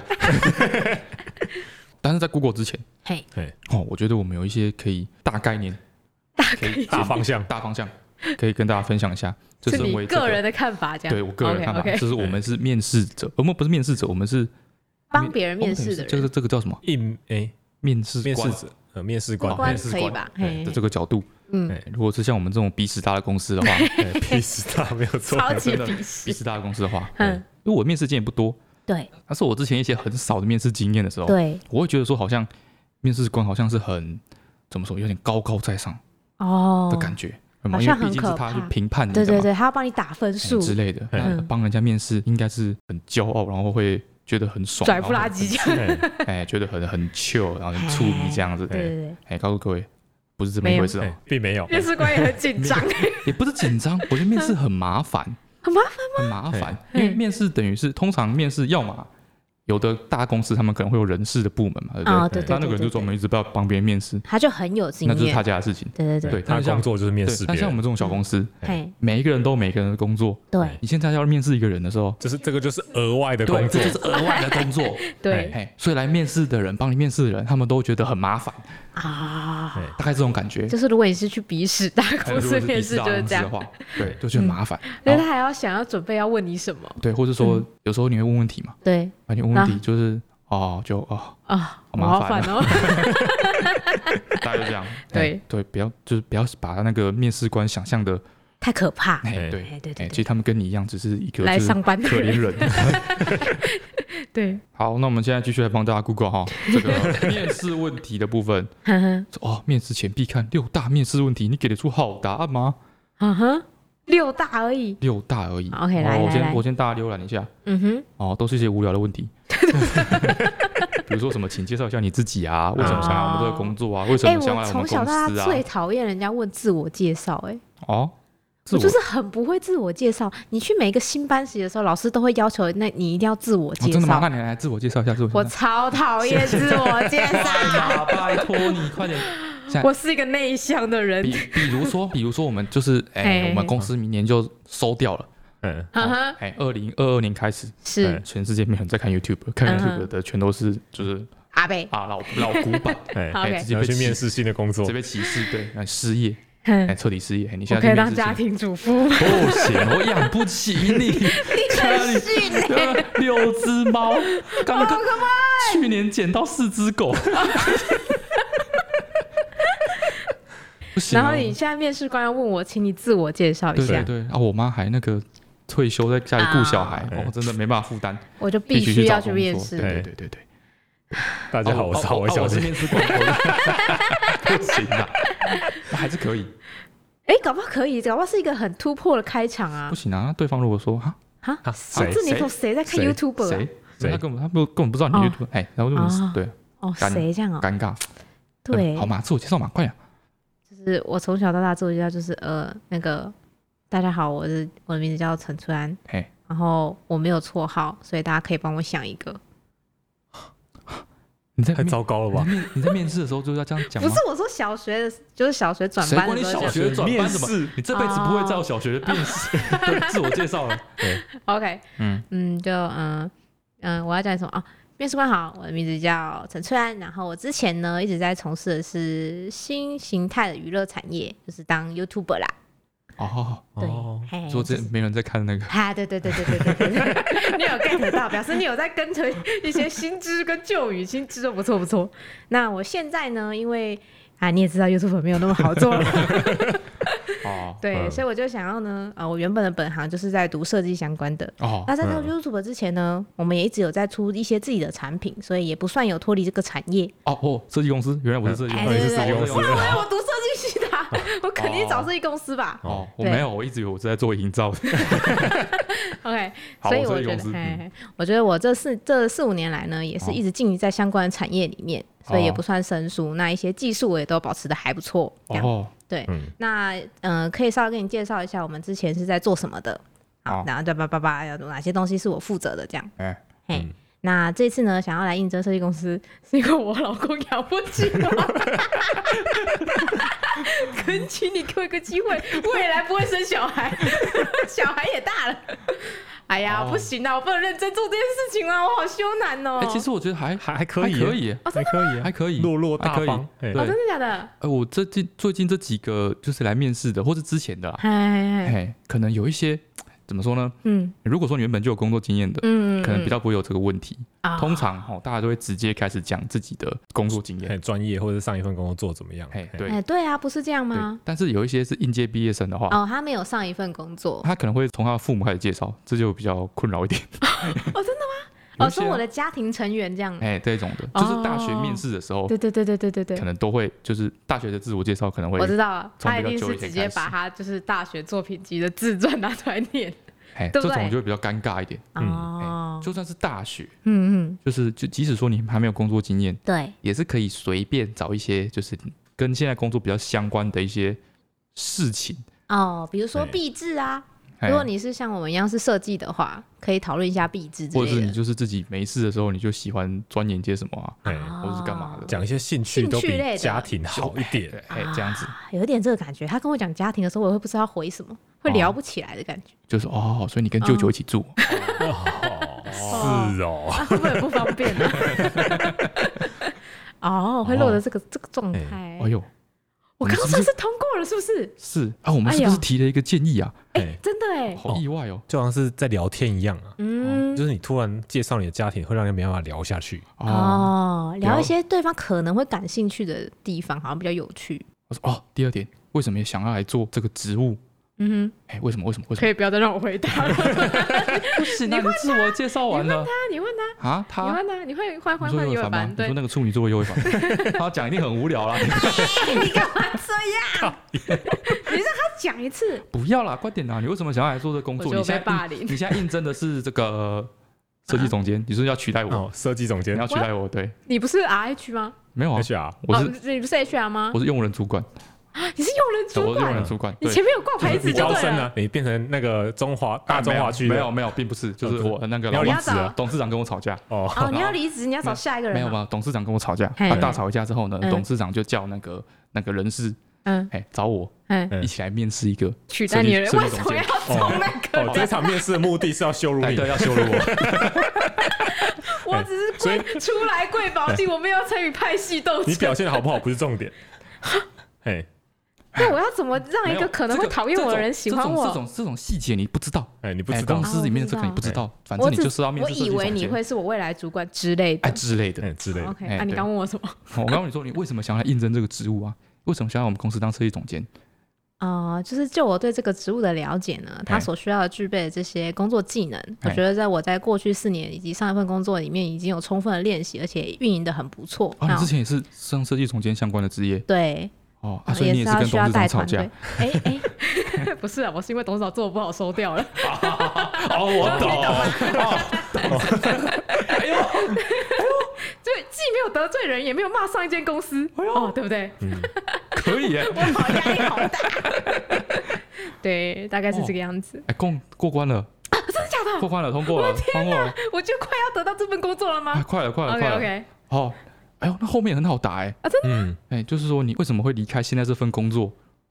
Speaker 2: 但是在 Google 之前，
Speaker 1: 嘿
Speaker 2: 哦，我觉得我们有一些可以大概念、大可以
Speaker 3: 哎大方 向，
Speaker 2: 大方向，可以跟大家分 享一下。这
Speaker 1: 是
Speaker 2: 身
Speaker 1: 你
Speaker 2: 为这
Speaker 1: 个人的看法，这样
Speaker 2: 对我个人看法
Speaker 1: OK，OK
Speaker 2: 就是我们是面试者，我们不是面试者，我们是
Speaker 1: 帮别人面试
Speaker 2: 我
Speaker 1: 的
Speaker 2: 们这
Speaker 1: 人，
Speaker 2: 个这个叫什么？
Speaker 3: 应哎，
Speaker 2: 面试
Speaker 3: 面
Speaker 2: 官
Speaker 3: 试者，呃，面试官
Speaker 2: 哦，
Speaker 1: 官
Speaker 2: 面 试
Speaker 1: 可以
Speaker 2: 官
Speaker 1: 吧？
Speaker 2: 哎
Speaker 1: 嘿
Speaker 2: 的，这个角度。
Speaker 1: 嗯
Speaker 2: 哎如果是像我们这种鼻屎大的公司 的话，
Speaker 3: 哎，屁事 大没有错，啊
Speaker 1: 超级
Speaker 2: 真的
Speaker 1: 鄙
Speaker 2: 鼻
Speaker 1: 视。
Speaker 2: 屎大的公司的话，
Speaker 1: 嗯，
Speaker 2: 因为我面试经验不多，
Speaker 1: 对
Speaker 2: 但是我之前一些很少的面试经验的时候，
Speaker 1: 对，
Speaker 2: 我会觉得说，好像面试官好像是很怎么说，有点高高在上
Speaker 1: 哦
Speaker 2: 的感觉，嗯
Speaker 1: 好
Speaker 2: 因为
Speaker 1: 像很
Speaker 2: 毕竟是
Speaker 1: 可
Speaker 2: 他去
Speaker 1: 怕
Speaker 2: 评判你的
Speaker 1: 对
Speaker 2: 嘛，
Speaker 1: 对对，他要帮你打分
Speaker 2: 哎
Speaker 1: 数，
Speaker 2: 之类的。
Speaker 3: 嗯
Speaker 2: 那帮人家面试应该是很骄傲，然后会觉得很爽，
Speaker 1: 拽不拉 几这样。
Speaker 3: 哎
Speaker 2: 然后很，哎，觉得很很 chill，然后很处理这样子。
Speaker 1: 哎对对对，
Speaker 2: 哎，告诉各位，不是这么一回事哦
Speaker 3: 哎，并没有，
Speaker 1: 面试官也很紧 张，
Speaker 2: 也不是紧张，我觉得面试很麻烦，
Speaker 1: 很麻烦。
Speaker 2: 很麻烦，因
Speaker 1: 嗯
Speaker 2: 为面试等于是通常面试要么。有的大公司他们可能会有人事的部门嘛，对不对？
Speaker 1: 哦对对
Speaker 2: 那那个人就专门一直帮帮别人面试，
Speaker 1: 他就很有经
Speaker 2: 那就是他
Speaker 1: 验。
Speaker 2: 家的事情。
Speaker 1: 对嗯哎对对，
Speaker 2: 对
Speaker 3: 哎他
Speaker 2: 但
Speaker 3: 的
Speaker 2: 是像
Speaker 3: 工作就是面
Speaker 2: 对
Speaker 3: 试，别
Speaker 2: 但像我
Speaker 3: 人，
Speaker 2: 们这种小公司，
Speaker 1: 嘿，
Speaker 2: 每一个人都有每个人的工作。
Speaker 1: 对
Speaker 2: 你现在要面试一个人的时候，
Speaker 3: 就是这个就是额外的工作
Speaker 2: 这，就是额外的工 作。
Speaker 1: 对
Speaker 2: 嘿，哎所以来面试的人，帮你面试的人，他们都觉得很麻烦，
Speaker 1: 啊，
Speaker 2: 大概这种感觉。
Speaker 1: 就是如果你是去鼻屎大
Speaker 2: 还有
Speaker 1: 公
Speaker 2: 如
Speaker 1: 司
Speaker 2: 哎果是
Speaker 1: 面
Speaker 2: 第
Speaker 1: 试，
Speaker 2: 四大
Speaker 1: 就是
Speaker 2: 公司
Speaker 1: 这
Speaker 2: 的
Speaker 1: 样，
Speaker 2: 话，对，就觉得很 麻烦。
Speaker 1: 因为
Speaker 2: 然后
Speaker 1: 他还要想要准备要问你什么。
Speaker 2: 对，或是说
Speaker 1: 嗯
Speaker 2: 有时候你会问问题嘛，
Speaker 1: 对
Speaker 2: 啊，你问问题就是哦，就哦，
Speaker 1: 啊，好
Speaker 2: 麻
Speaker 1: 麻
Speaker 2: 烦
Speaker 1: 烦哦。
Speaker 2: 大概就这样。
Speaker 1: 对
Speaker 2: 哎嘿对，不要就是不要把那个面试官想象的
Speaker 1: 太可 怕。
Speaker 2: 哎、
Speaker 3: 哎
Speaker 2: 对，
Speaker 1: 哎对对
Speaker 2: 哎
Speaker 1: 对
Speaker 2: 其实他们跟你一样，只是一个
Speaker 1: 来
Speaker 2: 就是
Speaker 1: 上班
Speaker 2: 可怜人。
Speaker 1: 对，
Speaker 2: 好，那我们现在继续来帮大家 Google 哈，这个面试问题的部分。
Speaker 1: 哼嗯哼，
Speaker 2: 哦，面试前必看六大面试问题，你给得出好答案吗？
Speaker 1: 嗯哼，六大而已。
Speaker 2: 六大而已。
Speaker 1: 好，OK，
Speaker 2: 哦
Speaker 1: 来
Speaker 2: 我
Speaker 1: 来来
Speaker 2: 先我先大家浏览一下。
Speaker 1: 嗯哼，
Speaker 2: 哦，都是一些无聊的问 题。比如说什么，请介绍一下你自己啊？为什么想来我们这个工作啊？为什
Speaker 1: 哎，
Speaker 2: 么想来
Speaker 1: 我
Speaker 2: 我
Speaker 1: 从
Speaker 2: 们
Speaker 1: 小
Speaker 2: 公
Speaker 1: 到大
Speaker 2: 司啊？
Speaker 1: 最讨厌人家问自我介绍，哎，
Speaker 2: 哦，自
Speaker 1: 我
Speaker 2: 我
Speaker 1: 就是很不会自我介绍。你去每一个新班级的时候，老师都会要求，那你一定要自我
Speaker 2: 哦
Speaker 1: 介
Speaker 2: 真的吗？
Speaker 1: 绍
Speaker 2: 那。你来自我介绍一下，自我
Speaker 1: 我
Speaker 2: 介绍。
Speaker 1: 超讨厌自我介 绍，
Speaker 2: 啊，拜托你快点。
Speaker 1: 我是一个内向的人
Speaker 2: 比。比如说，比如说我们就是哎、
Speaker 1: 哎
Speaker 2: 我们公司明年就收掉了。
Speaker 3: 嗯，
Speaker 1: 嗯
Speaker 2: 哦
Speaker 1: 哼，
Speaker 2: 哎，二零二二年开始，
Speaker 1: 是
Speaker 2: 全世界没有人在看 YouTube，看
Speaker 1: 嗯哼
Speaker 2: YouTube 的全都是就是
Speaker 1: 阿贝。
Speaker 2: 啊老老古板，
Speaker 3: 哎，
Speaker 1: 好
Speaker 2: 哎，
Speaker 1: OK
Speaker 2: 直接
Speaker 3: 要
Speaker 2: 被
Speaker 3: 去面
Speaker 2: 试，
Speaker 3: 试新的工作
Speaker 2: 直接，被歧视，对，哎失业，
Speaker 1: 哼
Speaker 2: 哎，彻底失业，哎你现
Speaker 1: 我可
Speaker 2: 在
Speaker 1: 以
Speaker 2: 去面
Speaker 1: 当
Speaker 2: 试
Speaker 1: 家
Speaker 2: 新，
Speaker 1: 庭主妇
Speaker 3: 哦
Speaker 2: 不行，我养不起你。真
Speaker 1: 是呢
Speaker 2: 呃六只猫，刚刚去年捡到四只狗。 不行
Speaker 1: 然
Speaker 2: 啊、
Speaker 1: 后你现在面试官要问我，请你自我介绍一
Speaker 2: 对
Speaker 1: 下
Speaker 2: 对，对啊！我妈还那个退休在家里顾小孩，
Speaker 3: 啊
Speaker 2: 哦，真的没办法负担，
Speaker 1: 我就
Speaker 2: 必
Speaker 1: 必须要
Speaker 2: 去
Speaker 1: 去
Speaker 2: 找
Speaker 1: 面
Speaker 2: 工作
Speaker 1: 试。
Speaker 2: 对对对对，
Speaker 3: 大家好，
Speaker 2: 哦
Speaker 3: 我是
Speaker 2: 哦
Speaker 3: 郝
Speaker 2: 哦
Speaker 3: 文小
Speaker 2: 我是
Speaker 3: 姐，
Speaker 2: 面试官， 我不行啊，我还是可以，
Speaker 1: 哎，搞不好可以，搞不好是一个很突破的开场啊
Speaker 2: 不！行啊！那对方如果说哈
Speaker 1: 啊，
Speaker 3: 啊
Speaker 1: 这
Speaker 3: 谁
Speaker 1: 这年头谁在看
Speaker 3: 谁
Speaker 1: YouTube 啊
Speaker 2: 谁？
Speaker 3: 谁
Speaker 2: 他根本他不根本不知道你
Speaker 1: 哦
Speaker 2: YouTube，哎，然后就
Speaker 1: 哦
Speaker 2: 对
Speaker 1: 哦，
Speaker 2: 干
Speaker 1: 谁这样哦？
Speaker 2: 尴尬，
Speaker 1: 对
Speaker 2: 好，嘛，自我介绍嘛，快点。
Speaker 1: 就是我从小到大做介绍就是呃那个大家好，我是我的名字叫陈川
Speaker 2: 嘿，
Speaker 1: 然后我没有绰号，所以大家可以帮我想一个。
Speaker 2: 你在
Speaker 3: 太
Speaker 2: 面
Speaker 3: 糟糕了吧？
Speaker 2: 你在面你在面试的时候就是要这样讲
Speaker 1: 不
Speaker 2: 吗
Speaker 1: 是？我说小学的，就是小学转
Speaker 2: 谁
Speaker 1: 班
Speaker 2: 管
Speaker 1: 的
Speaker 2: 你
Speaker 1: 时候
Speaker 2: 小
Speaker 1: 就
Speaker 2: 学转班
Speaker 3: 面
Speaker 2: 什么？
Speaker 3: 试哦
Speaker 2: 你这辈子不会照小学的 面试对自我介绍了。
Speaker 1: OK，
Speaker 2: 嗯，
Speaker 1: 嗯，就嗯嗯，我要讲什么哦？面试官好，我的名字叫陈翠安，然后我之前呢一直在从事的是新形态的娱乐产业，就是当 YouTuber 啦。
Speaker 2: 哦，
Speaker 1: 对，
Speaker 3: 哦
Speaker 1: 嘿
Speaker 2: 说这
Speaker 1: 哎就是
Speaker 2: 没人在看那个，
Speaker 1: 啊，对对对对对对对对，你 有 get 到，表示你有在跟随一些新知跟旧语，新知都不错不错。那我现在呢，因为啊你也知道 YouTube 没有那么好做了，
Speaker 2: 哦
Speaker 1: 对，
Speaker 3: 嗯
Speaker 1: 所以我就想要呢，啊，我原本的本行就是在读设计相关的，
Speaker 2: 哦，
Speaker 1: 那在到
Speaker 3: 嗯
Speaker 1: YouTube 之前呢，我们也一直有在出一些自己的产品，所以也不算有脱离这个产 业。
Speaker 2: 哦哦，设计公司，原来我是设计
Speaker 1: 哎
Speaker 2: 公司，
Speaker 1: 对对
Speaker 2: 你是设计
Speaker 1: 对
Speaker 2: 公
Speaker 3: 对
Speaker 2: 司
Speaker 3: 对对
Speaker 1: 我以为我读设计系的啊、 我肯定找设计公司吧。
Speaker 2: 哦，我
Speaker 1: 对
Speaker 2: 没有，我一直以为我是在做营造的。
Speaker 1: OK，
Speaker 2: 好
Speaker 1: 所以
Speaker 2: 我设
Speaker 1: 我
Speaker 2: 计
Speaker 1: 觉得
Speaker 2: 公
Speaker 1: 哎
Speaker 2: 司，
Speaker 1: 嘿
Speaker 2: 嗯哦
Speaker 1: 嘿我觉得我这四这四五年来呢，也是一直浸淫在相关的产业里面，所以也不算生疏。那一些技术我也都保持的还不错。这样
Speaker 2: 哦，
Speaker 1: 对
Speaker 3: 嗯，
Speaker 1: 那嗯、呃可以稍微跟你介绍一下我们之前是在做什么的，
Speaker 2: 好
Speaker 1: 好，然后叭叭叭叭，有哪些东西是我负责的这样。
Speaker 2: 哎，
Speaker 1: 嘿，
Speaker 3: 嗯
Speaker 1: 那这次呢，想要来应征设计公司，是因为我老公养不起 我，恳请你给我一个机会，未来不会生小孩， 小孩也大了。哎呀，
Speaker 2: 哦
Speaker 1: 不行啊，我不能认真做这件事情啊，我好羞难哦。
Speaker 2: 哎，其实我觉得还
Speaker 3: 还还可
Speaker 2: 还
Speaker 3: 以，
Speaker 2: 可，以，
Speaker 3: 还可以，
Speaker 2: 还可以，
Speaker 3: 落落
Speaker 2: 还
Speaker 3: 大
Speaker 2: 可以
Speaker 3: 方。哎
Speaker 1: 哦，
Speaker 2: 对
Speaker 1: 真的假的？
Speaker 2: 哎，我这近最近这几个就是来面试的，或是之前的啦，
Speaker 1: 哎，
Speaker 2: 哎，可能有一些怎么说呢？
Speaker 1: 嗯
Speaker 2: 如果说你原本就有工作经验的，
Speaker 1: 嗯，
Speaker 2: 可能比较不会有这个问题。
Speaker 1: 啊
Speaker 2: 通常哦，大家都会直接开始讲自己的工作
Speaker 1: 哦
Speaker 2: 经验。
Speaker 3: 很专业，或者上一份工作做怎么样？
Speaker 2: 嘿，对
Speaker 1: 哎，对啊，不是这样
Speaker 2: 对
Speaker 1: 吗？。
Speaker 2: 但是有一些是应届毕业生的话，
Speaker 1: 哦，他没有上一份工作
Speaker 2: 他可能会从他的父母开始介绍，这就比较困扰一点。
Speaker 1: 哦，真的吗？
Speaker 2: 有
Speaker 1: 哦，
Speaker 2: 一些
Speaker 1: 说我的家庭成员这样。
Speaker 2: 哎，这种的，就是大学面试的时候，
Speaker 1: 嗯哦对对对对对对对
Speaker 2: 哦可。能都会，就是大学的自我介绍可能会
Speaker 1: 我，知道了，
Speaker 2: 从
Speaker 1: 他
Speaker 2: 比
Speaker 1: 一定
Speaker 2: 较久以
Speaker 1: 是
Speaker 2: 前
Speaker 1: 直接
Speaker 2: 开始
Speaker 1: 把他就是大学作品集的自传拿出来念。
Speaker 2: 哎，这
Speaker 1: 对不
Speaker 2: 种
Speaker 1: 对
Speaker 2: 就会比较尴尬一点。
Speaker 3: 嗯
Speaker 1: 哦，
Speaker 2: 哎就算是大学，
Speaker 1: 嗯嗯，
Speaker 2: 就是就即使说你还没有工作经验，
Speaker 1: 对，
Speaker 2: 也是可以随便找一些就是跟现在工作比较相关的一些事情。
Speaker 1: 哦，比如说
Speaker 3: 对
Speaker 1: 壁纸啊，
Speaker 2: 哎
Speaker 1: 如果你是像我们一样是设计的话，可以讨论一下壁纸之
Speaker 2: 或者是
Speaker 1: 类
Speaker 2: 你
Speaker 1: 的。
Speaker 2: 就是自己没事的时候，你就喜欢钻研些什么啊，
Speaker 3: 哎，
Speaker 1: 哦
Speaker 2: 或者是干嘛的，
Speaker 3: 讲一些兴趣都
Speaker 1: 兴趣类
Speaker 3: 比
Speaker 1: 的
Speaker 3: 家庭好一
Speaker 2: 对
Speaker 3: 点。，
Speaker 2: 哎，这样子
Speaker 1: 啊有点这个感觉。他跟我讲家庭的时候，我会不知道回什么，会聊
Speaker 2: 哦
Speaker 1: 不起来的 感觉，
Speaker 2: 就是哦，所以你跟舅舅一起住，
Speaker 3: 哦，是哦，
Speaker 1: 啊，会不会很不方便呢？
Speaker 2: 啊
Speaker 1: 哦，会落得这个这个状态。
Speaker 2: 哎呦，
Speaker 1: 我刚
Speaker 2: 我
Speaker 1: 刚
Speaker 2: 们是不
Speaker 1: 算
Speaker 2: 是
Speaker 1: 是通过了，是不是？
Speaker 2: 是啊，我们是不
Speaker 1: 哎
Speaker 2: 是
Speaker 1: 呦
Speaker 2: 提了一个建议啊？
Speaker 3: 哎，
Speaker 1: 真的哎，
Speaker 2: 好意外哦，
Speaker 3: 就好像是在聊天一样啊。
Speaker 1: 嗯
Speaker 3: 就，是你突然介绍你的家庭，会让人没办法聊下去。
Speaker 2: 哦，
Speaker 1: 哦，聊
Speaker 2: 聊
Speaker 1: 一些对方可能会感兴趣的地方，好像比较有趣。
Speaker 2: 我说哦，第二点，为什么也想要来做这个职务？
Speaker 1: 嗯
Speaker 2: 哎、为什么？为什么？为
Speaker 1: 哼，
Speaker 2: 什么
Speaker 1: 可？以不要再让我回 答了。
Speaker 2: 不行啊！你自我介绍完了
Speaker 1: 那你问他，
Speaker 2: 啊？
Speaker 1: 你
Speaker 2: 他
Speaker 1: 问他，你会换
Speaker 2: 你
Speaker 1: 换
Speaker 2: 说
Speaker 1: 换
Speaker 2: 优
Speaker 1: 优
Speaker 2: 惠
Speaker 1: 惠
Speaker 2: 吗
Speaker 1: 班？？
Speaker 2: 你
Speaker 1: 对
Speaker 2: 说，那个处女座优 惠版，他讲一定很无聊啦。
Speaker 1: 他讲一次，
Speaker 2: 不要啦，快点啦！你为什么想要来做这工
Speaker 1: 我
Speaker 2: 作？
Speaker 1: 觉得
Speaker 2: 你
Speaker 1: 我被
Speaker 2: 现在
Speaker 1: 霸
Speaker 2: 应
Speaker 1: 凌
Speaker 2: 你。现在应征的是这个设计总监，你是要取代我？
Speaker 3: 哦，设计总监
Speaker 2: 你要取代我？对，
Speaker 1: 你不是 R H 吗？
Speaker 2: 没有啊，
Speaker 3: HR
Speaker 2: 我
Speaker 1: 哦
Speaker 2: 是、
Speaker 1: 你不是 H R 吗
Speaker 2: 我？是用人主管，
Speaker 1: 你是用人主
Speaker 2: 我是用
Speaker 1: 管，
Speaker 2: 人主管。
Speaker 1: 你
Speaker 2: 对，
Speaker 1: 前面有挂牌子
Speaker 3: 你
Speaker 1: 就
Speaker 3: 高
Speaker 1: 对
Speaker 2: 啊
Speaker 3: 升
Speaker 1: 了。
Speaker 3: 了，你变成那个中华大中华区
Speaker 2: 哎没
Speaker 3: 的
Speaker 2: 有没有，并不是，就是我那个
Speaker 3: 你要
Speaker 2: 老
Speaker 3: 离
Speaker 2: 板啊
Speaker 3: 职了
Speaker 2: 董事长跟我吵架，啊
Speaker 1: 哦，
Speaker 3: 哦，
Speaker 1: 你要离职，你要找下一个人。啊
Speaker 2: 没有？吧？董事长跟我吵架，
Speaker 1: 嘿
Speaker 2: 他大吵一架之后呢，
Speaker 1: 嗯
Speaker 2: 董事长就叫那个那个人事，
Speaker 1: 嗯
Speaker 2: 哎，找我
Speaker 1: 嗯，
Speaker 3: 嗯
Speaker 2: 一起来面试一个，
Speaker 1: 取代你的人
Speaker 2: 设
Speaker 1: 为
Speaker 2: 计
Speaker 1: 什
Speaker 2: 设计
Speaker 1: 么
Speaker 2: 总
Speaker 1: 要从
Speaker 2: 监
Speaker 1: 那个
Speaker 3: 哦，这场面试的目的是要羞辱
Speaker 2: 哎，
Speaker 3: 你，
Speaker 2: 对，要羞辱我，
Speaker 1: 我只是
Speaker 3: 所以
Speaker 1: 贵出来贵宝地，我没有参与派系斗
Speaker 3: 你
Speaker 1: 争。
Speaker 3: 表现的好不好不是 重点。哎，
Speaker 1: 那我要怎么让
Speaker 2: 没
Speaker 1: 一
Speaker 2: 有
Speaker 1: 个可能
Speaker 2: 这
Speaker 1: 会讨厌
Speaker 2: 这
Speaker 1: 我的
Speaker 2: 种
Speaker 1: 人喜欢我
Speaker 2: 这？种这种这种细节你不知道，
Speaker 3: 哎，你不
Speaker 2: 哎
Speaker 3: 知道
Speaker 2: 公，司里面的这个
Speaker 1: 啊
Speaker 2: 你
Speaker 1: 我
Speaker 2: 不
Speaker 1: 不
Speaker 2: 知
Speaker 3: 知
Speaker 2: 道，反
Speaker 1: 我
Speaker 2: 正你
Speaker 1: 只
Speaker 2: 就是要面
Speaker 1: 我
Speaker 2: 试设
Speaker 1: 以
Speaker 2: 计
Speaker 1: 为
Speaker 2: 总
Speaker 1: 你
Speaker 2: 监
Speaker 1: 会是我未来主管之类
Speaker 2: 哎
Speaker 1: 的。
Speaker 2: 之类的。
Speaker 3: 哎之类的，
Speaker 1: OK，
Speaker 2: 哎
Speaker 1: 啊，你
Speaker 2: 对
Speaker 1: 刚问我什么？
Speaker 2: 我刚刚你说你为什么想要来应征这个职务啊？为什么想要我们公司当设计总监？
Speaker 1: 啊、就是就我对这个职务的了解呢，他
Speaker 2: 哎
Speaker 1: 所需要的具备的这些工作技能，我
Speaker 2: 哎
Speaker 1: 觉得在我在过去四年以及上一份工作里面已经有充分的练习，而且运营的很不错。
Speaker 2: 啊，
Speaker 1: 那
Speaker 2: 你之前也是上设计总监相关的职业
Speaker 1: 对，
Speaker 2: 哦，
Speaker 1: 啊
Speaker 2: 啊，所以你
Speaker 1: 也
Speaker 2: 是跟
Speaker 1: 要需
Speaker 2: 董
Speaker 1: 要
Speaker 2: 事
Speaker 1: 带团
Speaker 2: 长吵架
Speaker 1: 队。。哎哎， 不是啊，我是因为董事长做的不好收掉了。
Speaker 2: 哦，我懂，
Speaker 1: 对，既没有得罪人，也没有骂上一间公司，
Speaker 2: 哎
Speaker 1: 哦，对不对？
Speaker 2: 可以耶。
Speaker 1: 我好压力好大。对，大概是这个样子。
Speaker 2: 哎，过过关了，真的假的？过关了，通过了，通过了，
Speaker 1: 我就快要得到这份工作了
Speaker 2: 哎，
Speaker 1: 吗
Speaker 2: 快了，快了，
Speaker 1: ？OK
Speaker 2: 快了。
Speaker 1: OK，
Speaker 2: 哦，哎呦，那后面很好答哎，
Speaker 3: 嗯，
Speaker 2: 哎，就是说你为什么会离开现在这份工作？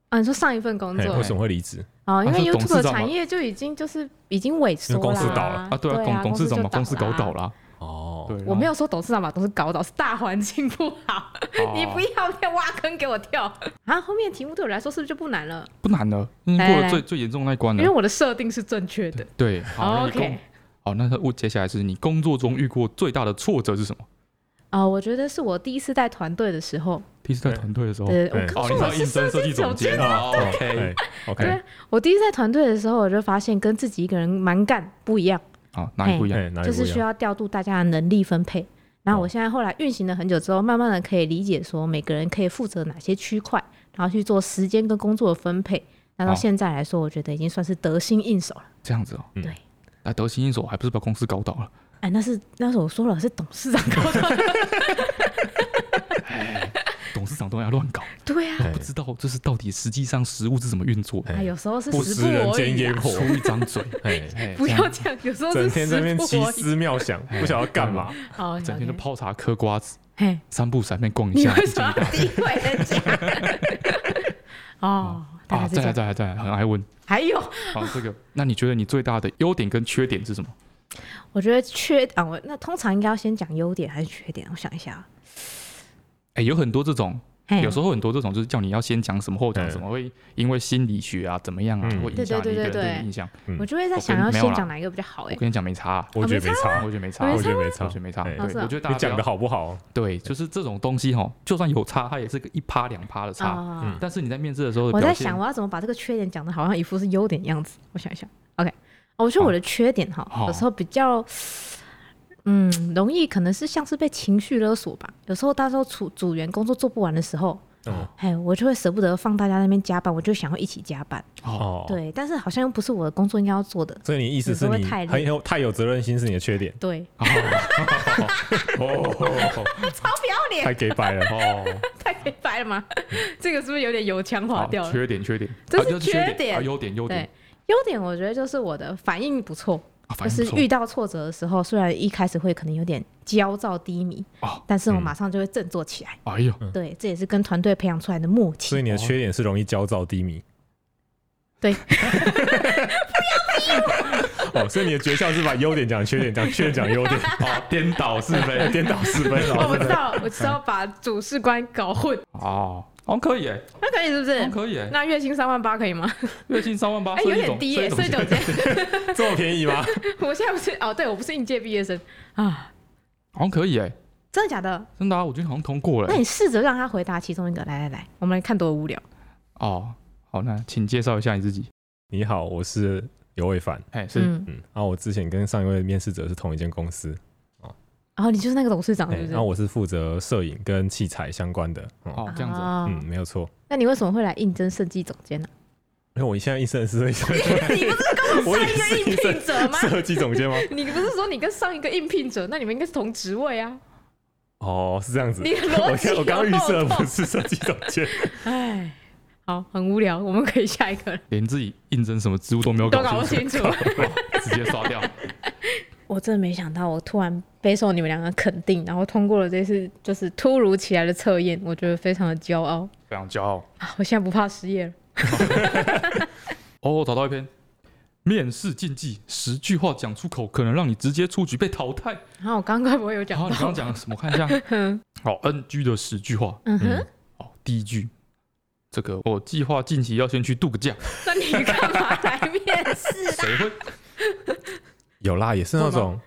Speaker 1: 啊，你说上一份工
Speaker 3: 哎
Speaker 1: 作
Speaker 3: 为，什么会离职？
Speaker 1: 哦，因为
Speaker 2: 啊是董事
Speaker 1: YouTube 的
Speaker 2: 长吗
Speaker 1: 产业就已经就是已经萎缩
Speaker 3: 因为公司
Speaker 1: 啦
Speaker 3: 倒了
Speaker 2: 啊，对啊，董董事长把公司搞倒。
Speaker 1: 就啦
Speaker 2: 了啊，
Speaker 3: 哦，
Speaker 2: 对，，然后
Speaker 1: 我没有说董事长把公司搞倒，是大环境不好。
Speaker 2: 哦
Speaker 1: 你不要再挖坑给我跳啊！后面题目对我来说是不是就不难了？
Speaker 2: 不难了，已经
Speaker 1: 来
Speaker 2: 过
Speaker 1: 来
Speaker 2: 了最最严重的那一关
Speaker 1: 因为
Speaker 2: 了。
Speaker 1: 我的设定是正确的。
Speaker 2: 嗯对，好，那你
Speaker 1: OK
Speaker 2: 工好，那我接下来是你工作中遇过最大的挫折是什么？
Speaker 1: 啊、我觉得是我第一次带团队的时候，
Speaker 2: 第一次带团队的时候，
Speaker 1: 呃，
Speaker 3: 对
Speaker 1: 我告
Speaker 2: 哦，
Speaker 1: 诉
Speaker 2: 你
Speaker 1: 我
Speaker 2: 想
Speaker 1: 是
Speaker 2: 应征设计总
Speaker 1: 总
Speaker 2: 监
Speaker 1: 监，
Speaker 2: 啊
Speaker 3: 哎
Speaker 2: ，OK，
Speaker 1: 对
Speaker 3: OK，
Speaker 1: 啊，我第一次带团队的时候，我就发现跟自己一个人蛮干不一样，
Speaker 2: 好，哪里不一样？
Speaker 3: 哎，哪里
Speaker 1: 就
Speaker 3: 不
Speaker 1: 是
Speaker 3: 一
Speaker 1: 需
Speaker 3: 样？哦
Speaker 1: 要调度大家的能力分配。然后我现在后来运行了很久之后，慢慢的可以理解说每个人可以负责哪些区块，然后去做时间跟工作的分配。那到
Speaker 2: 好
Speaker 1: 现在来说，我觉得已经算是得心应手了。
Speaker 2: 这样子哦，
Speaker 3: 嗯
Speaker 1: 对，
Speaker 2: 那得心应手，还不是把公司搞倒了？
Speaker 1: 哎，那是那时候我说了是董事长搞的，
Speaker 2: 董事长都要乱 搞，
Speaker 1: 对啊，
Speaker 3: 哎
Speaker 2: 不知道就是到底实际上实物是怎么运作的，
Speaker 1: 啊，有时候是
Speaker 3: 不
Speaker 1: 时
Speaker 3: 食人
Speaker 1: 不我
Speaker 3: 间
Speaker 1: 与
Speaker 3: 烟
Speaker 1: 啊，
Speaker 3: 火，
Speaker 2: 出一张嘴，
Speaker 3: 哎，
Speaker 2: 哎
Speaker 1: 不
Speaker 2: 这
Speaker 1: 要
Speaker 2: 样
Speaker 1: 这样，有时候
Speaker 3: 整
Speaker 1: 是
Speaker 3: 天
Speaker 1: 时
Speaker 3: 在那边
Speaker 1: 不
Speaker 3: 奇
Speaker 1: 我与。啊
Speaker 3: 思妙想，不晓得干嘛。
Speaker 1: 哦，
Speaker 2: 整天都
Speaker 1: OK
Speaker 2: 泡茶、嗑瓜子，
Speaker 1: 嘿，
Speaker 2: 三步闪面逛一
Speaker 1: 你
Speaker 2: 下。
Speaker 1: 为什么要诋毁人家？ 哦，大概
Speaker 2: 啊，
Speaker 1: 是这
Speaker 2: 再来
Speaker 1: 样。
Speaker 2: 再来再来，很爱问。
Speaker 1: 还有，
Speaker 2: 好，这个，那你觉得你最大的优点跟缺点是什么？
Speaker 1: 我觉得缺啊，我那通常应该要先讲优点还是缺点？我想一下，
Speaker 2: 哎，有很多这种，
Speaker 1: 嘿
Speaker 2: 有时候很多这种就是叫你要先讲什么后讲什么，会因为心理学啊怎么样啊，
Speaker 3: 嗯
Speaker 2: 会影响你
Speaker 1: 对对对
Speaker 2: 一个人
Speaker 1: 对
Speaker 2: 对
Speaker 1: 对
Speaker 2: 你印象。
Speaker 1: 我就会在
Speaker 2: 嗯我
Speaker 1: 想
Speaker 2: 跟
Speaker 1: 要
Speaker 2: 没有
Speaker 1: 先
Speaker 2: 啦
Speaker 1: 讲哪一个比较好哎
Speaker 2: 我。跟你讲没差啊，
Speaker 3: 我觉得没
Speaker 1: 哦
Speaker 3: 差，
Speaker 2: 我觉得没差，
Speaker 1: 没
Speaker 3: 我
Speaker 2: 我
Speaker 1: 差
Speaker 3: 觉得没差
Speaker 2: 觉得，没差。
Speaker 3: 哎
Speaker 2: 对，哦
Speaker 1: 哦是啊
Speaker 2: 我觉得大家
Speaker 3: 你
Speaker 2: 不
Speaker 3: 讲
Speaker 2: 要
Speaker 3: 的好不好？
Speaker 2: 对，就是这种东西哦，就算有差，它也是个一趴两趴的差。
Speaker 1: 啊，
Speaker 2: 但是你在面试的时候的
Speaker 1: 我
Speaker 2: 表
Speaker 1: 在
Speaker 2: 现
Speaker 1: 想，我要怎么把这个缺点讲的好像一副是优点一样子？我想一想，OK，哦我觉得我的缺点哈，
Speaker 2: 嗯好
Speaker 1: 有时候比较。嗯，容易可能是像是被情绪勒索吧。有时候到时候组组员工作做不完的时候，
Speaker 3: 嗯
Speaker 1: 哎，我就会舍不得放大家那边加班，我就想要一起加班。
Speaker 3: 哦，
Speaker 1: 对，但是好像又不是我的工作应该要做的。
Speaker 3: 所以你意思是
Speaker 1: 有时候会
Speaker 3: 你
Speaker 1: 太累
Speaker 3: 很有太有责任心是你的缺点
Speaker 1: 对，
Speaker 3: 哦，
Speaker 1: 超不要脸，
Speaker 3: 太给白了哦。
Speaker 1: 太黑白了吗？这个是不是有点油腔滑
Speaker 2: 嗯好
Speaker 1: 调了？
Speaker 2: 缺点缺点，
Speaker 1: 这
Speaker 2: 啊
Speaker 1: 是
Speaker 2: 就缺
Speaker 1: 缺点
Speaker 2: 啊优点优
Speaker 1: 对
Speaker 2: 点，，
Speaker 1: 优点我觉得就是我的反应不错，
Speaker 2: 啊
Speaker 1: 就
Speaker 2: 反应
Speaker 1: 是
Speaker 2: 不错
Speaker 1: 遇到挫折的时候，虽然一开始会可能有点焦躁低迷，
Speaker 2: 哦
Speaker 1: 但是我马上就会振作起来。
Speaker 2: 哎呦，
Speaker 1: 对，这也是跟团队培养出来的默
Speaker 3: 所
Speaker 1: 契。
Speaker 3: 以你的缺点是容易焦躁低迷。
Speaker 1: 对，
Speaker 3: 哦，所以你的诀窍是把优点讲缺点，讲缺点讲优点，
Speaker 2: 哦，颠倒是非
Speaker 3: 颠倒是非。
Speaker 1: 哦， 我知道
Speaker 2: 嗯
Speaker 1: 了，我知道把主事官搞 混，
Speaker 2: 哦，哦可以耶，
Speaker 1: 那可以是不
Speaker 2: 哦
Speaker 1: 是？
Speaker 2: 可以耶，
Speaker 1: 那月薪三万八可以吗？
Speaker 2: 月薪三万八，
Speaker 1: 哎，
Speaker 2: 所
Speaker 1: 有
Speaker 2: 以
Speaker 1: 点
Speaker 2: 总
Speaker 1: 低
Speaker 2: 所以
Speaker 1: 耶，
Speaker 2: 总
Speaker 1: 所以
Speaker 2: 结
Speaker 1: 总监，
Speaker 3: 这么便宜吗？
Speaker 1: 我现在不是哦，对我不是应届毕业生
Speaker 2: 嗯
Speaker 1: 啊，
Speaker 2: 好像可以耶，
Speaker 1: 真的假的？
Speaker 2: 真的啊，我觉得好像通过了
Speaker 1: 那
Speaker 2: 耶。
Speaker 1: 你试着让他回答其中一个，来来来，我们来看多无聊。
Speaker 2: 哦，好，那请介绍一下你自己。
Speaker 3: 你好，我是刘伟凡。
Speaker 2: 哎，是
Speaker 1: 嗯，
Speaker 3: 嗯，然后我之前跟上一位面试者是同一间公司，
Speaker 1: 然后你就是那个董事长，
Speaker 3: 哎
Speaker 1: 哦是不
Speaker 3: 然后
Speaker 1: 是？
Speaker 3: 我是负责摄影跟器材相关的。哦，
Speaker 2: 哦这样子，
Speaker 1: 哦
Speaker 3: 嗯，没有错，
Speaker 1: 那你为什么会来应征设计总监呢？
Speaker 3: 因为我现在一生是摄影师，
Speaker 1: 你不是跟
Speaker 3: 我
Speaker 1: 我
Speaker 3: 也
Speaker 1: 上一
Speaker 3: 是
Speaker 1: 个应聘者吗？
Speaker 3: 设计总监吗？
Speaker 1: 你不是说你跟上一个应聘者，那你们应该是同职位啊？
Speaker 3: 哦，是这样子。
Speaker 1: 你的逻
Speaker 3: 我
Speaker 1: 辑
Speaker 3: 刚我刚刚
Speaker 1: 有
Speaker 3: 预设
Speaker 1: 漏洞
Speaker 3: 不是设计总监，
Speaker 1: 哎，好，很无聊，我们可以下一个了，
Speaker 2: 连自己应征什么职务都没有
Speaker 1: 都
Speaker 2: 搞
Speaker 1: 搞不
Speaker 2: 清
Speaker 1: 清楚。
Speaker 2: 楚，直接 刷掉。
Speaker 1: 我真的没想到，我突然备受你们两个肯定，然后通过了这次就是突如其来的测验，我觉得非常的骄傲
Speaker 2: 非常骄傲。
Speaker 1: 啊！我现在不怕失业了。
Speaker 2: 哦，找到一篇面试禁忌，十句话讲出口可能让你直接出局被淘汰。
Speaker 1: 然啊后我刚刚不会有
Speaker 2: 然
Speaker 1: 讲
Speaker 2: 后你刚
Speaker 1: 到
Speaker 2: 刚，讲什么？我 看一下。好，NG 的十句话。
Speaker 1: 嗯
Speaker 3: 嗯
Speaker 1: 哼，
Speaker 2: 哦，第一句，这个我计划近期要先去度 个假，
Speaker 1: 那你干嘛来面试？
Speaker 2: 谁会？
Speaker 3: 有啦，也是那
Speaker 2: 会吗
Speaker 3: 种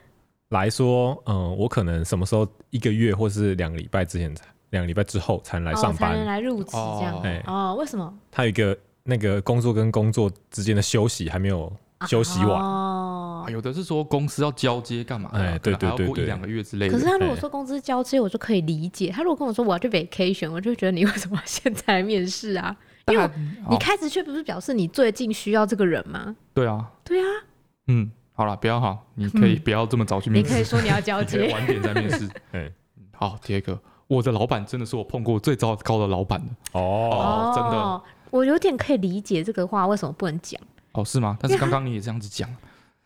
Speaker 3: 来说，嗯，我可能什么时候一个月或是两个礼拜之前才，两个礼拜之后才能来
Speaker 1: 哦，
Speaker 3: 上
Speaker 1: 才能
Speaker 3: 班。
Speaker 1: 来入职这样
Speaker 2: 哦。
Speaker 3: 哎
Speaker 1: 哦，为什么？
Speaker 3: 他有一个那个工作跟工作之间的休息还没有
Speaker 1: 啊
Speaker 3: 休息完，
Speaker 1: 哦
Speaker 2: 啊，有的是说公司要交接干嘛的？啊
Speaker 3: 哎对
Speaker 2: 可能还要
Speaker 3: 对对
Speaker 2: 过一
Speaker 3: 对
Speaker 2: 两个月之类
Speaker 1: 可是
Speaker 2: 的。
Speaker 1: 他如果说工资交接，我就可以理解。他如果跟我说我要去 vacation，我就会觉得你为什么要现在来面试 啊？因为我
Speaker 2: 好
Speaker 1: 你开职缺不是表示你最近需要这个人吗？
Speaker 2: 对啊，
Speaker 1: 对啊，
Speaker 2: 嗯，好了，不要好，你可以不要这么早去
Speaker 1: 嗯你
Speaker 2: 面
Speaker 1: 可以
Speaker 2: 试，
Speaker 1: 说你要交
Speaker 2: 你 可以
Speaker 1: 接，
Speaker 2: 晚点再面试。
Speaker 3: 哎，
Speaker 2: 嗯 好，第二个，我的老板真的是我碰过最糟糕的老板了。
Speaker 3: 哦，
Speaker 2: 哦真的
Speaker 1: 哦，我有点可以理解这个话为什么不能讲。
Speaker 2: 哦，是吗？但
Speaker 1: 因
Speaker 2: 是
Speaker 1: 为他
Speaker 2: 刚刚你也这样子 讲，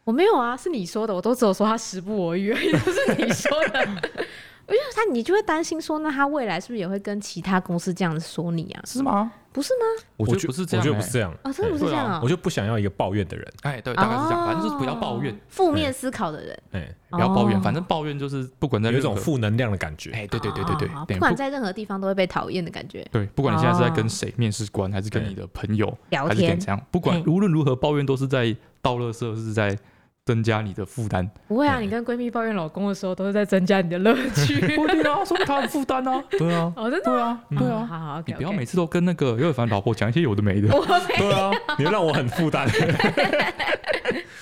Speaker 1: 我没有啊，是你说的，我都只有说他时不我与而已，都是你说的。 我就他，你就会担心说，那他未来是不是也会跟其他公司这样子说你啊？
Speaker 2: 是吗？
Speaker 1: 不是吗？
Speaker 2: 我觉
Speaker 3: 我
Speaker 2: 得不是这
Speaker 3: 我
Speaker 2: 样，
Speaker 3: 觉得不是这样，
Speaker 1: 哦，真的不
Speaker 3: 哎
Speaker 1: 是这样
Speaker 2: 对
Speaker 1: 啊、
Speaker 3: 我就不想要一个抱怨的人，
Speaker 2: 哎，对，大概是这样，反正就是不要抱
Speaker 1: 哦
Speaker 2: 怨，，
Speaker 1: 负面思考的人，
Speaker 3: 哎，
Speaker 2: 不要抱怨，
Speaker 1: 哦
Speaker 2: 反正抱怨就是不管在
Speaker 3: 有一
Speaker 2: 任
Speaker 3: 种
Speaker 2: 何
Speaker 3: 负能量的感觉。
Speaker 2: 哎，对对对对对
Speaker 1: 哦，
Speaker 2: 对
Speaker 1: 不管在任何地方都会被讨厌的感觉。
Speaker 2: 对，不管你现在是在
Speaker 1: 哦
Speaker 2: 跟谁面试官，还是跟
Speaker 3: 对
Speaker 2: 你的朋友，
Speaker 1: 聊
Speaker 2: 还是跟
Speaker 1: 天
Speaker 2: 怎样，不管
Speaker 1: 嘿
Speaker 2: 无论如何抱怨都是在倒垃圾，是在增加你的负担。
Speaker 1: 不会啊，
Speaker 3: 嗯
Speaker 1: 你跟闺蜜抱怨老公的时候，都是在增加你的乐趣。
Speaker 2: 不一定啊，说明他很负担啊。
Speaker 3: 对啊，
Speaker 1: 哦，真的
Speaker 2: 对啊，对
Speaker 1: 吗，
Speaker 2: 啊，
Speaker 1: 好好，
Speaker 2: 你
Speaker 1: OK，OK 哦
Speaker 2: 不要每次都跟那个尤伟凡老婆讲一些有的没的。
Speaker 1: 我没
Speaker 3: 对啊，你让我很负担。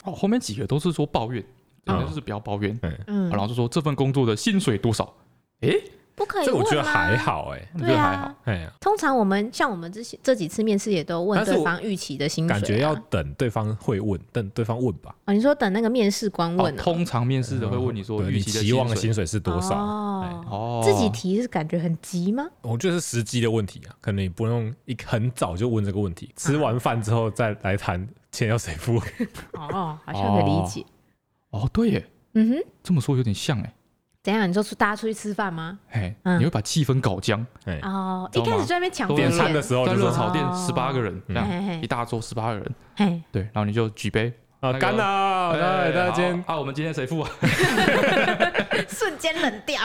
Speaker 2: 哦，后面几个都是说抱怨，
Speaker 3: 嗯
Speaker 2: 反正就是不要抱怨。
Speaker 1: 嗯
Speaker 2: 然，后就说这份工作的薪水多少？诶，
Speaker 1: 不可以
Speaker 3: 这个我觉得
Speaker 1: 问啊
Speaker 3: 还。好，哎，
Speaker 2: 你觉
Speaker 1: 对
Speaker 2: 得还好
Speaker 1: 啊？，
Speaker 3: 哎呀，
Speaker 1: 通常我们像我们这些这几次面试也都问
Speaker 3: 但是
Speaker 1: 对
Speaker 3: 我
Speaker 1: 方预期的薪水啊，
Speaker 3: 感觉要等对方会问，等对方问吧。
Speaker 1: 哦，你说等那个面试官
Speaker 2: 哦
Speaker 1: 问啊
Speaker 2: 通常面试的会问你说
Speaker 3: 对啊
Speaker 2: 预
Speaker 3: 你
Speaker 2: 期的
Speaker 3: 期望的
Speaker 2: 薪
Speaker 3: 薪水是多少？
Speaker 1: 哦，
Speaker 2: 哦，
Speaker 1: 自己提是感觉很急吗？
Speaker 3: 我觉得是时机的问题啊，可能你不用一很早就问这个问题，吃完饭之后再来谈钱要谁付。
Speaker 1: 哦，好像可以理解。
Speaker 2: 哦，对耶，
Speaker 1: 嗯哼，
Speaker 2: 这么说有点像哎。
Speaker 1: 怎样？你说出大家出去吃饭吗？
Speaker 2: 哎，
Speaker 1: 嗯
Speaker 2: 你会把气氛搞僵。
Speaker 3: 哎，
Speaker 1: 哦，
Speaker 2: 知
Speaker 1: 一
Speaker 2: 道吗
Speaker 1: 开始就在那边抢
Speaker 2: 都
Speaker 1: 别
Speaker 2: 在
Speaker 3: 点
Speaker 1: 人，
Speaker 3: 餐的时候
Speaker 2: 在
Speaker 3: 啊就
Speaker 2: 热
Speaker 3: 说嗯
Speaker 2: 炒店
Speaker 1: 哦
Speaker 2: 十八个人，这
Speaker 1: 嘿
Speaker 2: 样
Speaker 1: 嘿
Speaker 2: 一大桌十八个人，
Speaker 1: 嘿，
Speaker 2: 对，然后你就举杯，
Speaker 3: 啊
Speaker 2: 那个
Speaker 3: 干啦，
Speaker 2: 哎
Speaker 3: 对，大家今
Speaker 2: 好啊，我们今天谁付啊？
Speaker 1: 瞬间冷掉。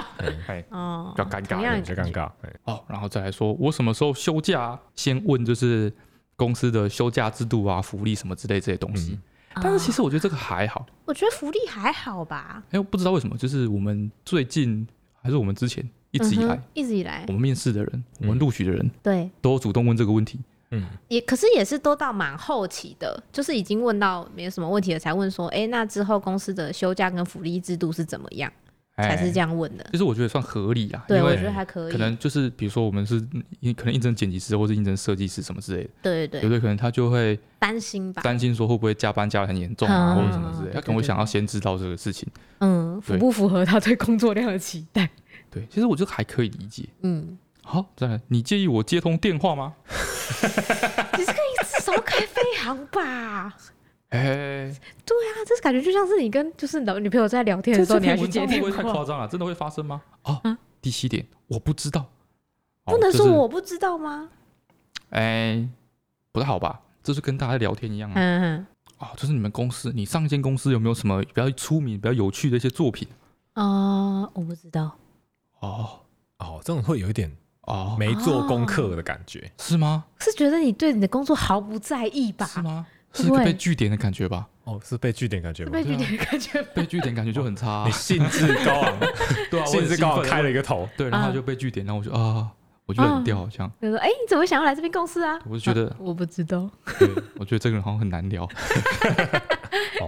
Speaker 2: 哎，
Speaker 1: 哦，
Speaker 2: 比较尴
Speaker 1: 同
Speaker 2: 尬这
Speaker 1: 样
Speaker 3: 天
Speaker 2: 样
Speaker 1: 的
Speaker 3: 比较
Speaker 1: 感
Speaker 3: 尴
Speaker 1: 觉
Speaker 3: 尬。哎
Speaker 2: 哦，然后再来说，我什么时候休假啊？先问就是公司的休假制度啊、福利什么之类这些东西
Speaker 3: 嗯。
Speaker 2: 但是其实我觉得这个还好，
Speaker 1: 我觉得福利还好吧，
Speaker 2: 哎，我不知道为什么，就是我们最近还是我们之前一
Speaker 1: 一
Speaker 2: 直以来，
Speaker 1: 一直以来
Speaker 2: 我，们面试的人、我
Speaker 3: 嗯
Speaker 2: 们录取的人
Speaker 1: 对，
Speaker 2: 都主动问这个问题。
Speaker 3: 嗯，
Speaker 1: 也可是也是都到蛮后期的，就是已经问到没有什么问题了，才问说，哎、那之后公司的休假跟福利制度是怎么样？才是这
Speaker 2: 样。
Speaker 1: 样问的。
Speaker 2: 其实我觉得算合理啊，
Speaker 1: 对，
Speaker 2: 哎因
Speaker 1: 我
Speaker 2: 为
Speaker 1: 觉得还可以。
Speaker 2: 可能就是比如说我们是嗯可能应征剪辑师或是应征设计师什么之类的，
Speaker 1: 对对
Speaker 2: 有
Speaker 1: 对，
Speaker 2: 的可能他就会
Speaker 1: 担心吧。
Speaker 2: 担心说会不会加班加的很严重啊，
Speaker 1: 嗯
Speaker 2: 或者什么之类的，他可能
Speaker 1: 对对
Speaker 2: 会
Speaker 1: 对
Speaker 2: 想要先知道这个事情。
Speaker 1: 嗯，符
Speaker 2: 对
Speaker 1: 不符合他对工作量的期待？
Speaker 2: 对，其实我觉得还可以理解。
Speaker 1: 嗯，
Speaker 2: 好，再来，你介意我接通电话吗？
Speaker 1: 你这个至少开飞航吧？
Speaker 2: 哎，
Speaker 1: 对啊，这感觉就像是你跟就是老女朋友在聊天
Speaker 2: 这
Speaker 1: 的时候，
Speaker 2: 这
Speaker 1: 你还
Speaker 2: 篇
Speaker 1: 去
Speaker 2: 文
Speaker 1: 接
Speaker 2: 章会
Speaker 1: 电
Speaker 2: 不会太
Speaker 1: 话，
Speaker 2: 夸张啊了？真的会发生吗？哦
Speaker 1: 嗯，
Speaker 2: 第七点，我不知道，哦
Speaker 1: 不能
Speaker 2: 这是
Speaker 1: 说我不知道吗？
Speaker 2: 哎，不太好吧？这是跟大家聊天一样啊。
Speaker 1: 嗯
Speaker 2: 哦，就是你们公司，你上一间公司有没有什么比较出名、比较有趣的一些作品？
Speaker 1: 嗯哦，我不知道。
Speaker 2: 哦
Speaker 3: 哦，这种会有一点
Speaker 2: 哦，
Speaker 3: 没做功课的感觉。
Speaker 2: 是吗？
Speaker 1: 是觉得你对你的工作毫不在意吧？
Speaker 2: 是吗？
Speaker 1: 不
Speaker 2: 是一个
Speaker 1: 会
Speaker 2: 被据点的感觉吧？
Speaker 3: 哦，是被据点感觉
Speaker 1: 是
Speaker 3: 吗
Speaker 1: 被？拒绝的感觉吧？
Speaker 2: 被据点感觉就很差啊、
Speaker 3: 你兴致高昂，
Speaker 2: 对啊，我
Speaker 3: 兴
Speaker 2: 很
Speaker 3: 致
Speaker 2: 兴
Speaker 3: 高昂
Speaker 2: 奋
Speaker 3: 开了一个头。
Speaker 2: 对，然后
Speaker 1: 啊
Speaker 2: 他就被据点，然后我就啊，我就冷掉，好像、
Speaker 1: 就说：“哎、你怎么会想要来这边共事啊？”
Speaker 2: 我就觉得
Speaker 1: 啊我不知道，
Speaker 2: 对，我觉得这个人好像很难聊。
Speaker 3: 哦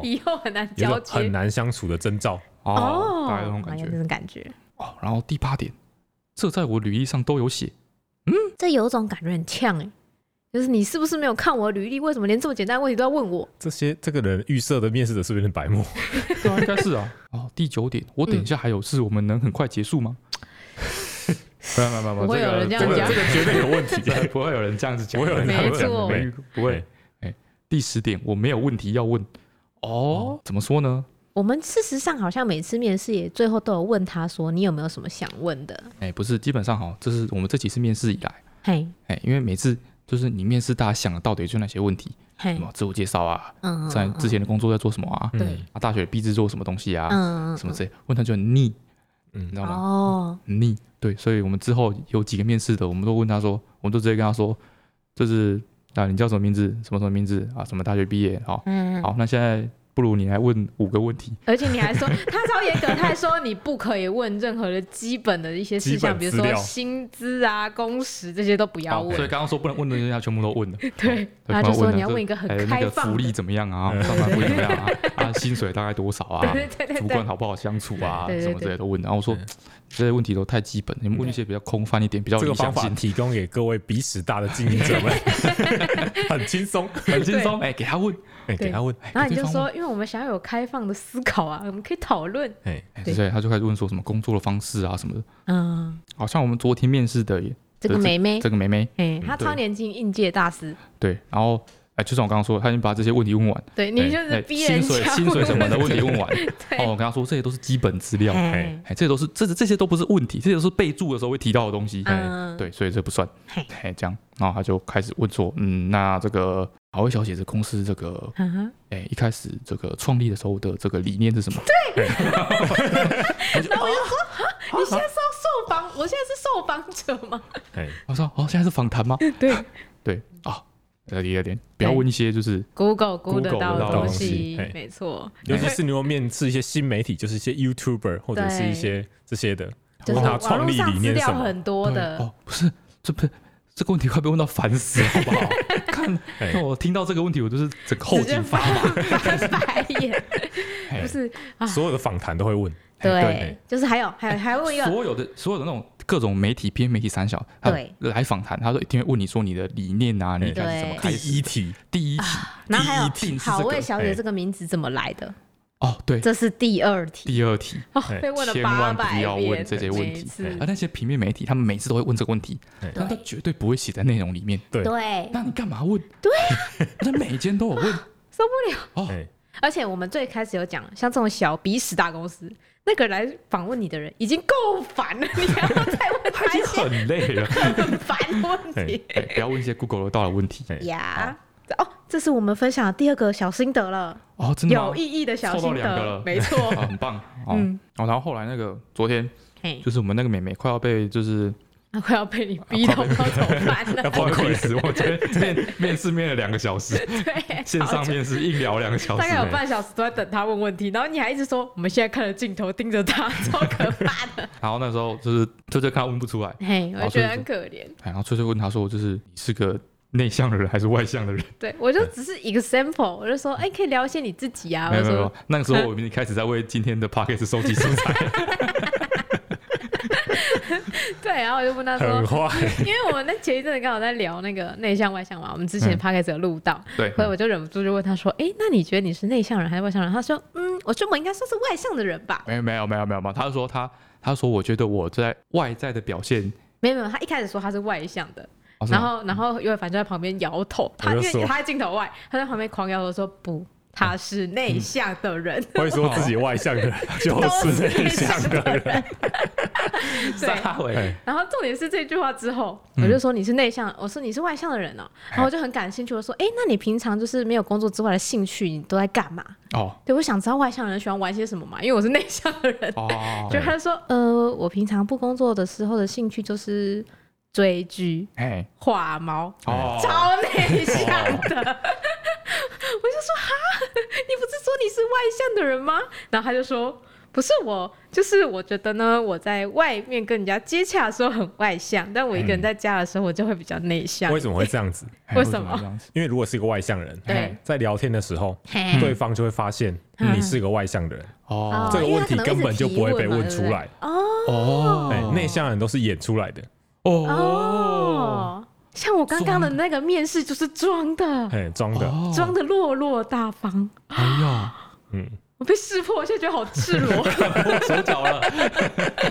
Speaker 1: 以后很难
Speaker 3: 有
Speaker 1: 交
Speaker 3: 一种很
Speaker 1: 接。
Speaker 3: 难相处的征兆。
Speaker 2: 哦，大概那种感
Speaker 1: 好像
Speaker 2: 觉
Speaker 1: 这。种感觉，
Speaker 2: 哦，然后第八点，这在我履历上都 有写。
Speaker 1: 这有种感觉很呛哎、就是你是不是没有看我的履历？为什么连这么简单的问题都要问我？
Speaker 3: 这些这个人预设的面试者是不是有点白目？
Speaker 2: 对啊，应该是啊。哦，第九点，我等一下还有事，我们能很快结束吗？
Speaker 3: 没有没有没有没
Speaker 1: 不会有人这样讲
Speaker 3: 这个绝对有问题。
Speaker 2: 对 不会有人这样子讲，
Speaker 3: 不会有人
Speaker 1: 这样子讲没错
Speaker 2: 没不会。哎，第十点，我没有问题要问。
Speaker 3: 嗯
Speaker 2: 哦，怎么说呢？
Speaker 1: 我们事实上好像每次面试也最后都有问他说：“你有没有什么想问的
Speaker 2: 哎，不是，基本上哈，这是我们这几次面试以来，？”
Speaker 1: 嘿，
Speaker 2: 哎，因为每次就是你面试，大家想的到底就那些问题，
Speaker 1: 嘿
Speaker 2: 什，么自我介绍啊，
Speaker 1: 嗯，
Speaker 2: 在之前的工作在做什么啊，
Speaker 1: 对
Speaker 3: 嗯
Speaker 2: 啊，大学毕制做什么东西啊，
Speaker 1: 嗯，嗯
Speaker 2: 什么之类，问他就很腻，你
Speaker 3: 嗯
Speaker 2: 知道吗？
Speaker 1: 哦，
Speaker 2: 很腻。对，所以我们之后有几个面试的，我们都问他说，我们都直接跟他说，就是啊，你叫什么名字，什么什么名字啊，什么大学毕业，好，
Speaker 1: 嗯，
Speaker 2: 好，那现在不如你来问五个问题，
Speaker 1: 而且你还 说他超严格，他还说你不可以问任何的基本的一些事项，比
Speaker 3: 基
Speaker 1: 如
Speaker 3: 本资料
Speaker 1: 说薪资啊、工时这些都不要
Speaker 2: 好，所
Speaker 1: 问。
Speaker 2: 以刚刚说不能问的人家全部都问 了，
Speaker 1: 对，
Speaker 2: 对
Speaker 1: 他就
Speaker 2: 不能
Speaker 1: 说
Speaker 2: 了
Speaker 1: 你要问一
Speaker 2: 就
Speaker 1: 个很
Speaker 2: 哎那
Speaker 1: 开
Speaker 2: 个
Speaker 1: 放
Speaker 2: 福
Speaker 1: 的
Speaker 2: 利怎么样 啊，上班福利怎么样啊，啊，薪水大概多少啊，
Speaker 1: 对对对
Speaker 2: 主管好不好相处啊，
Speaker 1: 对对对
Speaker 2: 什么之类都问。然后我说
Speaker 3: 嗯
Speaker 2: 这些问题都太基本，你们问一些比较空泛一点，比较
Speaker 3: 这
Speaker 2: 理
Speaker 3: 个方
Speaker 2: 想
Speaker 3: 法
Speaker 2: 性，
Speaker 3: 提供给各位鼻屎大的经营者们， 很轻松。
Speaker 2: 很轻松。哎，给他问，
Speaker 3: 哎，给他问，哎
Speaker 1: 然后你
Speaker 2: 对
Speaker 1: 就
Speaker 2: 方
Speaker 1: 说，因为我们想要有开放的思考啊，我们可以讨论。
Speaker 3: 哎，
Speaker 2: 哎
Speaker 1: 对
Speaker 2: 所以他就开始问说什么工作的方式啊什么的。
Speaker 1: 嗯，
Speaker 2: 好像我们昨天面试的也
Speaker 1: 这个
Speaker 2: 对
Speaker 1: 梅梅，
Speaker 2: 这个梅梅，
Speaker 1: 哎，她
Speaker 2: 对
Speaker 1: 超年轻，应届大师。
Speaker 2: 对，然后哎，就像我刚刚说，他已经把这些问题问完，
Speaker 1: 对你就
Speaker 2: 哎
Speaker 1: 是
Speaker 2: 哎
Speaker 1: 逼人
Speaker 2: 薪水
Speaker 1: 家
Speaker 2: 薪水什么的
Speaker 1: 问
Speaker 2: 问题问完。
Speaker 1: 对
Speaker 2: 哦，我跟他说这些都是基本资料。
Speaker 1: 哎，
Speaker 2: 哎，这些都是这这些都不是问题，这些都是备注的时候会提到的东西。
Speaker 1: 嗯
Speaker 2: 对，所以这不算。
Speaker 1: 嘿
Speaker 2: 哎，这样，然后他就开始问说，嗯，那这个好味小姐这公司这个，
Speaker 1: 嗯哼
Speaker 2: 哎，一开始这个创立的时候的这个理念是什么？
Speaker 1: 你现
Speaker 2: 啊
Speaker 1: 在是要受访，我现在是受访者吗？
Speaker 3: 哎，
Speaker 2: 我说，哦，现在是访谈吗？
Speaker 1: 对
Speaker 2: 对啊，呃，第二点，不要问一些就是，
Speaker 1: ，Google 估
Speaker 2: Google
Speaker 1: 得到的
Speaker 2: 得到的
Speaker 1: 东
Speaker 2: 东
Speaker 1: 西
Speaker 3: 西哎，
Speaker 1: 没错，
Speaker 3: 尤其是你有面试一些新媒体，就是一些 YouTuber 或者是一些这些的，
Speaker 1: 就是
Speaker 3: 问他
Speaker 1: 网
Speaker 3: 创
Speaker 1: 络
Speaker 3: 立
Speaker 1: 上
Speaker 3: 理
Speaker 1: 资
Speaker 3: 念
Speaker 1: 料
Speaker 3: 什么。
Speaker 1: 很多的
Speaker 2: 对，哦，不是，这不是这个问题快被问到烦死了，好不好？看，
Speaker 3: 哎
Speaker 2: 那我听到这个问题，我就是整个后
Speaker 1: 直接
Speaker 2: 颈发麻。
Speaker 1: 翻白眼，
Speaker 2: 哎
Speaker 1: 不是
Speaker 3: 所有的访谈都会问，
Speaker 1: 对
Speaker 3: 对，
Speaker 1: 就是还有还有还问一个，
Speaker 2: 所有的所有的那种各种媒体，偏媒体三小，他
Speaker 1: 对
Speaker 2: 来访谈，他都一定会问你说你的理念啊，你一开始怎么
Speaker 1: 对啊
Speaker 2: 开
Speaker 3: 第
Speaker 2: 始？
Speaker 3: 一题，
Speaker 2: 第一题
Speaker 1: 然后还有
Speaker 2: 第一题是这个
Speaker 1: 好味小姐
Speaker 3: 哎
Speaker 1: 这个名字怎么来的？
Speaker 2: 哦，对，
Speaker 1: 这是第二题，
Speaker 2: 第二题
Speaker 1: 哦
Speaker 3: 哎
Speaker 1: 被问了
Speaker 2: 千
Speaker 1: 八
Speaker 2: 万
Speaker 1: 百
Speaker 2: 不
Speaker 1: 遍
Speaker 2: 要
Speaker 1: 了，
Speaker 2: 问这些问
Speaker 1: 每
Speaker 2: 题啊哎
Speaker 1: 次
Speaker 2: 而那些平面媒体，他们每次都会问这个问题，
Speaker 3: 哎
Speaker 2: 但他绝对不会写在内容里面。
Speaker 3: 对，
Speaker 1: 呃对，
Speaker 2: 那你干嘛问？ 对啊，他每一间都有问，
Speaker 1: 受不了。
Speaker 3: 哎，
Speaker 1: 而且我们最开始有讲，像这种小鼻屎大公司，那个来访问你的人已经够烦了，你还要再问他一些
Speaker 2: 很累 了。
Speaker 1: 很烦的问题
Speaker 2: 哎不要问一些 Google 的到的问题
Speaker 3: 哎
Speaker 1: 呀。哦，这是我们分享的第二个小心得了，
Speaker 2: 哦，真的吗
Speaker 1: 有意义的小心
Speaker 2: 凑到两个
Speaker 1: 得
Speaker 2: 了，
Speaker 1: 没错。
Speaker 2: 啊很棒哦。
Speaker 1: 嗯
Speaker 2: 哦，然后后来那个昨天
Speaker 1: 嘿，
Speaker 2: 就是我们那个妹妹快要被就是
Speaker 1: 那快要被你逼到不知道怎么办了，
Speaker 2: 崩溃死！我昨天面面试面了两个小时，
Speaker 1: 对，
Speaker 2: 线
Speaker 1: 好
Speaker 2: 上哎面试硬聊两个小
Speaker 1: 大
Speaker 2: 时
Speaker 1: 概，有半小时都在等他问问题，然后你还一直说我们现在看着镜头盯着他，超可怕 的。
Speaker 2: 然后那时候就是翠翠看她问不出来，
Speaker 1: 嘿，我
Speaker 2: 好
Speaker 1: 就觉得
Speaker 2: 哦所以
Speaker 1: 很可怜。
Speaker 2: 哎然后翠翠问她说，就是你是个内向的人还是外向的人？
Speaker 1: 对我就只是一个 sample，我就说哎，可以聊一些你自己啊。
Speaker 2: 没
Speaker 1: 我
Speaker 2: 有
Speaker 1: 就
Speaker 2: 没有没
Speaker 1: 说
Speaker 2: 有，那个时候我已经开始在为今 天的 podcast 收集素材，
Speaker 1: 对，然后我就问他
Speaker 3: 很
Speaker 1: 说，
Speaker 3: 坏，
Speaker 1: 因为我们那前一阵子刚好在聊那个内向外向嘛，我们之
Speaker 2: 嗯
Speaker 1: 前 p o d c a s 有录到，
Speaker 2: 对，
Speaker 1: 所以我就忍不住就问他说，哎，那你觉得你是内向人还是外向人？他说，嗯，我觉得我应该算是外向的人吧。
Speaker 2: 没有没有没有没有没有，他说他他说我觉得我在外在的表现，
Speaker 1: 没有没有，他一开始说他是外向的，
Speaker 2: 哦是吗
Speaker 1: 然后然后尤伟凡就在旁边摇头，他因
Speaker 3: 就
Speaker 1: 为
Speaker 3: 说
Speaker 1: 他在镜头外，他在旁边狂摇头说不，他是内向的 人，
Speaker 3: 会说自己外 向的人就是内向的人，
Speaker 1: 对。
Speaker 2: 撒伟
Speaker 3: 哎，
Speaker 1: 然后重点是这句话之后，我就说你是内向，我说你是外向的人哦、然后我就很感兴趣，我说，哎、那你平常就是没有工作之外的兴趣，你都在干嘛？
Speaker 2: 哦
Speaker 1: 对，我想知道外向人喜欢玩些什么嘛，因为我是内向的人。
Speaker 2: 哦，
Speaker 1: 就他就说，呃，我平常不工作的时候的兴趣就是追剧、
Speaker 2: 哎
Speaker 1: 画毛，
Speaker 2: 哦，
Speaker 1: 超内向 的。我就说哈，你不是说你是外向的人吗？然后他就说。不是我，就是我觉得呢，我在外面跟人家接洽的时候很外向，但我一个人在家的时候，我就会比较内向。
Speaker 3: 为什么会这样子？
Speaker 1: 为什
Speaker 2: 哎什
Speaker 1: 么
Speaker 2: 这样子？
Speaker 3: 因为如果是一个外向人，
Speaker 1: 对
Speaker 3: 在聊天的时候，
Speaker 1: 嘿
Speaker 3: 对方就会发现
Speaker 1: 嗯
Speaker 3: 你是个外向的人，
Speaker 1: 哦
Speaker 2: 哦
Speaker 3: 这个问题根本就不
Speaker 1: 啊
Speaker 3: 会被问出来。
Speaker 2: 哦
Speaker 3: 哎，内向人都是演出来的，
Speaker 2: 哦
Speaker 1: 哦，像我刚刚的那个面试就是装的，
Speaker 3: 哎，装的，
Speaker 2: 哦
Speaker 1: 装的落落大方。
Speaker 2: 哎呀，
Speaker 3: 嗯，
Speaker 1: 我被识破，我现在觉得好赤 裸。
Speaker 2: 我手脚了。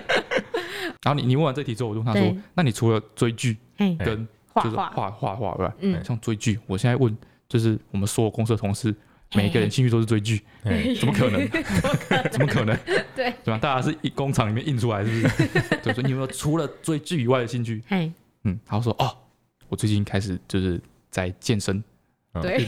Speaker 2: 然后你你问完这题之后，我就问他说
Speaker 1: 对：“
Speaker 2: 那你除了追剧
Speaker 1: 嘿
Speaker 2: 跟
Speaker 1: 画
Speaker 2: 就是
Speaker 1: 哎画，
Speaker 2: 画画画外，
Speaker 1: 嗯
Speaker 2: 像追剧，我现在问就是我们所有公司的同事，
Speaker 1: 嘿
Speaker 2: 每个人兴趣都是追剧，
Speaker 3: 哎，
Speaker 2: 怎么 可能？怎么可能？
Speaker 1: 对
Speaker 2: 对啊吧？大家是一工厂里面印出来，是不 是？对，所以你有没有除了追剧以外的兴趣？
Speaker 1: 嘿，
Speaker 2: 嗯，他说哦，我最近开始就是在健身，
Speaker 1: 对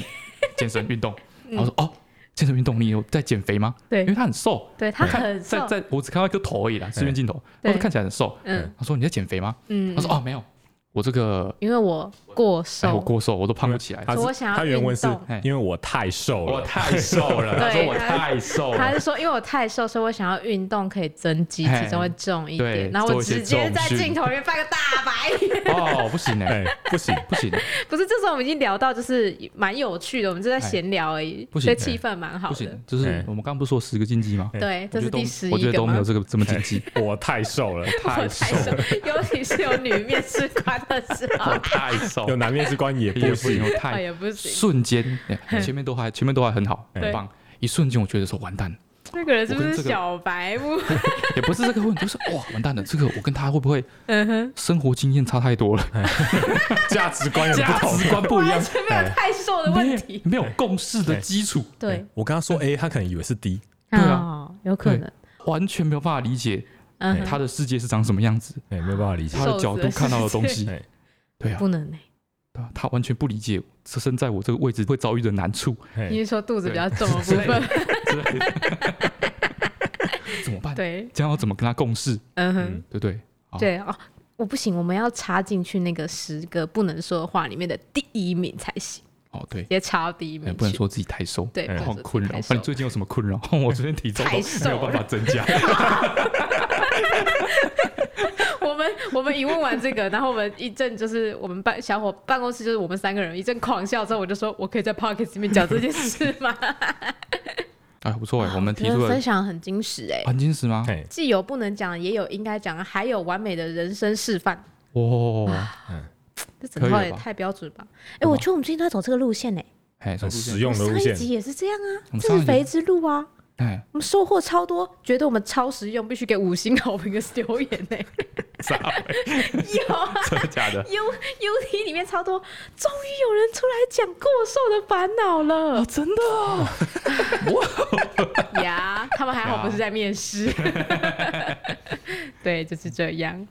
Speaker 2: 健身运动。
Speaker 1: 嗯
Speaker 2: 然后说哦，健身运动，你有在减肥吗？因为
Speaker 1: 对
Speaker 2: 他很瘦，
Speaker 1: 对，他很
Speaker 2: 在
Speaker 1: 瘦，
Speaker 2: 在我只看到一个头而已啦，视觉镜头，
Speaker 1: 对
Speaker 2: 他说看起来很瘦。
Speaker 1: 嗯
Speaker 2: 他说你在减肥吗？
Speaker 1: 嗯，
Speaker 2: 他说哦没有，我这个
Speaker 1: 因为我过
Speaker 2: 哎我
Speaker 1: 瘦，
Speaker 2: 过瘦，我都胖不起来。
Speaker 3: 他
Speaker 1: 我
Speaker 3: 是
Speaker 1: 想要
Speaker 3: 他原文是
Speaker 1: 运动
Speaker 2: 哎
Speaker 3: 因为我太瘦
Speaker 2: 我
Speaker 3: 了，
Speaker 2: 太瘦了，他
Speaker 1: 对
Speaker 2: 说我太瘦
Speaker 1: 他
Speaker 2: 了
Speaker 1: 是，说因为我太瘦，所以我想要运动可以增肌，
Speaker 2: 嘿
Speaker 1: 体重会重一
Speaker 2: 对
Speaker 1: 点。然后
Speaker 2: 做
Speaker 1: 我
Speaker 2: 一些
Speaker 1: 直接在
Speaker 2: 重训
Speaker 1: 镜头里面翻个大白眼。
Speaker 2: 哦不行哎，
Speaker 3: 哎，不行，
Speaker 2: 不行，
Speaker 1: 不是，这时候我们已经聊到就是蛮有趣的，我们就在闲聊而已，
Speaker 2: 不行
Speaker 1: 所以气氛蛮好
Speaker 2: 不
Speaker 1: 的
Speaker 2: 行。，就是
Speaker 3: 哎
Speaker 2: 我们刚刚不是说十个禁忌吗？
Speaker 1: 对，
Speaker 2: 我
Speaker 1: 哎这
Speaker 2: 觉
Speaker 1: 是
Speaker 2: 得都
Speaker 1: 第十
Speaker 2: 我觉
Speaker 1: 一
Speaker 2: 得
Speaker 1: 个
Speaker 2: 都没
Speaker 1: 吗
Speaker 2: 有？这个这么禁忌，
Speaker 3: 我太瘦了，
Speaker 1: 我
Speaker 2: 太
Speaker 1: 太
Speaker 2: 瘦
Speaker 1: 瘦，尤其是有女面试官的时候
Speaker 2: 我，哎太 瘦
Speaker 3: 有，男面试官
Speaker 2: 也
Speaker 3: 也不
Speaker 2: 不行，
Speaker 3: 行，
Speaker 2: 我
Speaker 1: 哎
Speaker 2: 太
Speaker 1: 也不行。
Speaker 2: 瞬间，哎前面都还前面都还很好，很
Speaker 1: 对
Speaker 2: 棒。一瞬间，我觉得说完蛋，
Speaker 1: 那个人是不
Speaker 2: 我
Speaker 1: 是
Speaker 2: 跟这个
Speaker 1: 小白目？
Speaker 2: 也不是这个问题，就是哇，完蛋了，这个我跟他会不会
Speaker 1: 嗯哼，
Speaker 2: 生活经验差太多了，
Speaker 3: 价值观也不同。
Speaker 2: 观不哎
Speaker 1: 完全没有太瘦的
Speaker 2: 没
Speaker 1: 问
Speaker 2: 有
Speaker 1: 题。
Speaker 2: 没有共识的基础，
Speaker 1: 对，
Speaker 3: 哎我跟他说 A，他可能以为是 D，
Speaker 2: 对啊
Speaker 1: 哦，有可能。
Speaker 2: 完全没有办法理解
Speaker 1: 嗯
Speaker 2: 他
Speaker 1: 哼，
Speaker 2: 的世界是长什么样子，
Speaker 3: 哎，没有办法理解哎
Speaker 2: 他。的角度看到的东
Speaker 1: 嗯瘦
Speaker 2: 西
Speaker 3: 子的世界，
Speaker 2: 对啊，
Speaker 1: 不能欸
Speaker 2: 对啊，他完全不理解身在我这个位置会遭遇的难处，
Speaker 3: 哎
Speaker 1: 你是说肚子比较重的部
Speaker 2: 之类的
Speaker 1: 分？
Speaker 2: 之类的，怎么办？
Speaker 1: 对，
Speaker 2: 这样要怎么跟他共事，
Speaker 1: 嗯哼，
Speaker 2: 对不对？好
Speaker 1: 对哦。我不行，我们要插进去那个十个不能说的话里面的第一名才行，
Speaker 2: 哦，对
Speaker 1: 直，接插到第一名
Speaker 2: 哎
Speaker 1: 去。
Speaker 2: 不能说自己太瘦，
Speaker 1: 对，不
Speaker 3: 哎
Speaker 1: 能
Speaker 2: 好
Speaker 1: 说
Speaker 2: 困扰。
Speaker 1: 太
Speaker 2: 那
Speaker 1: 瘦
Speaker 2: 你最近有什么困扰？ 我最近体重都
Speaker 1: 太瘦
Speaker 2: 没有办法增 加，
Speaker 1: 我们我们一问完这个，然后我们一阵就是我们办小伙办公室就是我们三个人一阵狂笑之后，我就说我可以在 p o c k e t 里面讲这件事 吗？
Speaker 2: 哎，不错哎，我们提出
Speaker 1: 我觉得
Speaker 2: 了啊
Speaker 1: 分享很精实哎、
Speaker 2: 黄金石吗？
Speaker 3: 哎，
Speaker 1: 既有不能讲，也有应该讲，还有完美的人生示范。
Speaker 2: 哦，
Speaker 1: 这整套
Speaker 2: 可以
Speaker 1: 也
Speaker 2: 了吧
Speaker 1: 太标准吧？哎、
Speaker 2: 对吧
Speaker 1: 我觉得我们最近都在走这个路线呢、
Speaker 2: 哎，
Speaker 3: 很
Speaker 2: 很
Speaker 3: 实
Speaker 2: 实用，
Speaker 3: 用的
Speaker 1: 上
Speaker 3: 路
Speaker 1: 一
Speaker 3: 线，
Speaker 1: 集也是这样
Speaker 2: 我
Speaker 1: 啊，
Speaker 2: 们上一
Speaker 1: 自
Speaker 2: 集
Speaker 1: 肥之路啊，
Speaker 2: 哎，
Speaker 1: 我们收获超多，觉得我们超实用，必须给五星好评的留言呢、
Speaker 2: 啥玩意？
Speaker 1: 有啊
Speaker 2: 真的假的？
Speaker 1: U U T 里面超多，终于有人出来讲过瘦的烦恼了。
Speaker 2: 真 的哦，哦
Speaker 1: 呀，他们还好不是在面试。对，就是这样。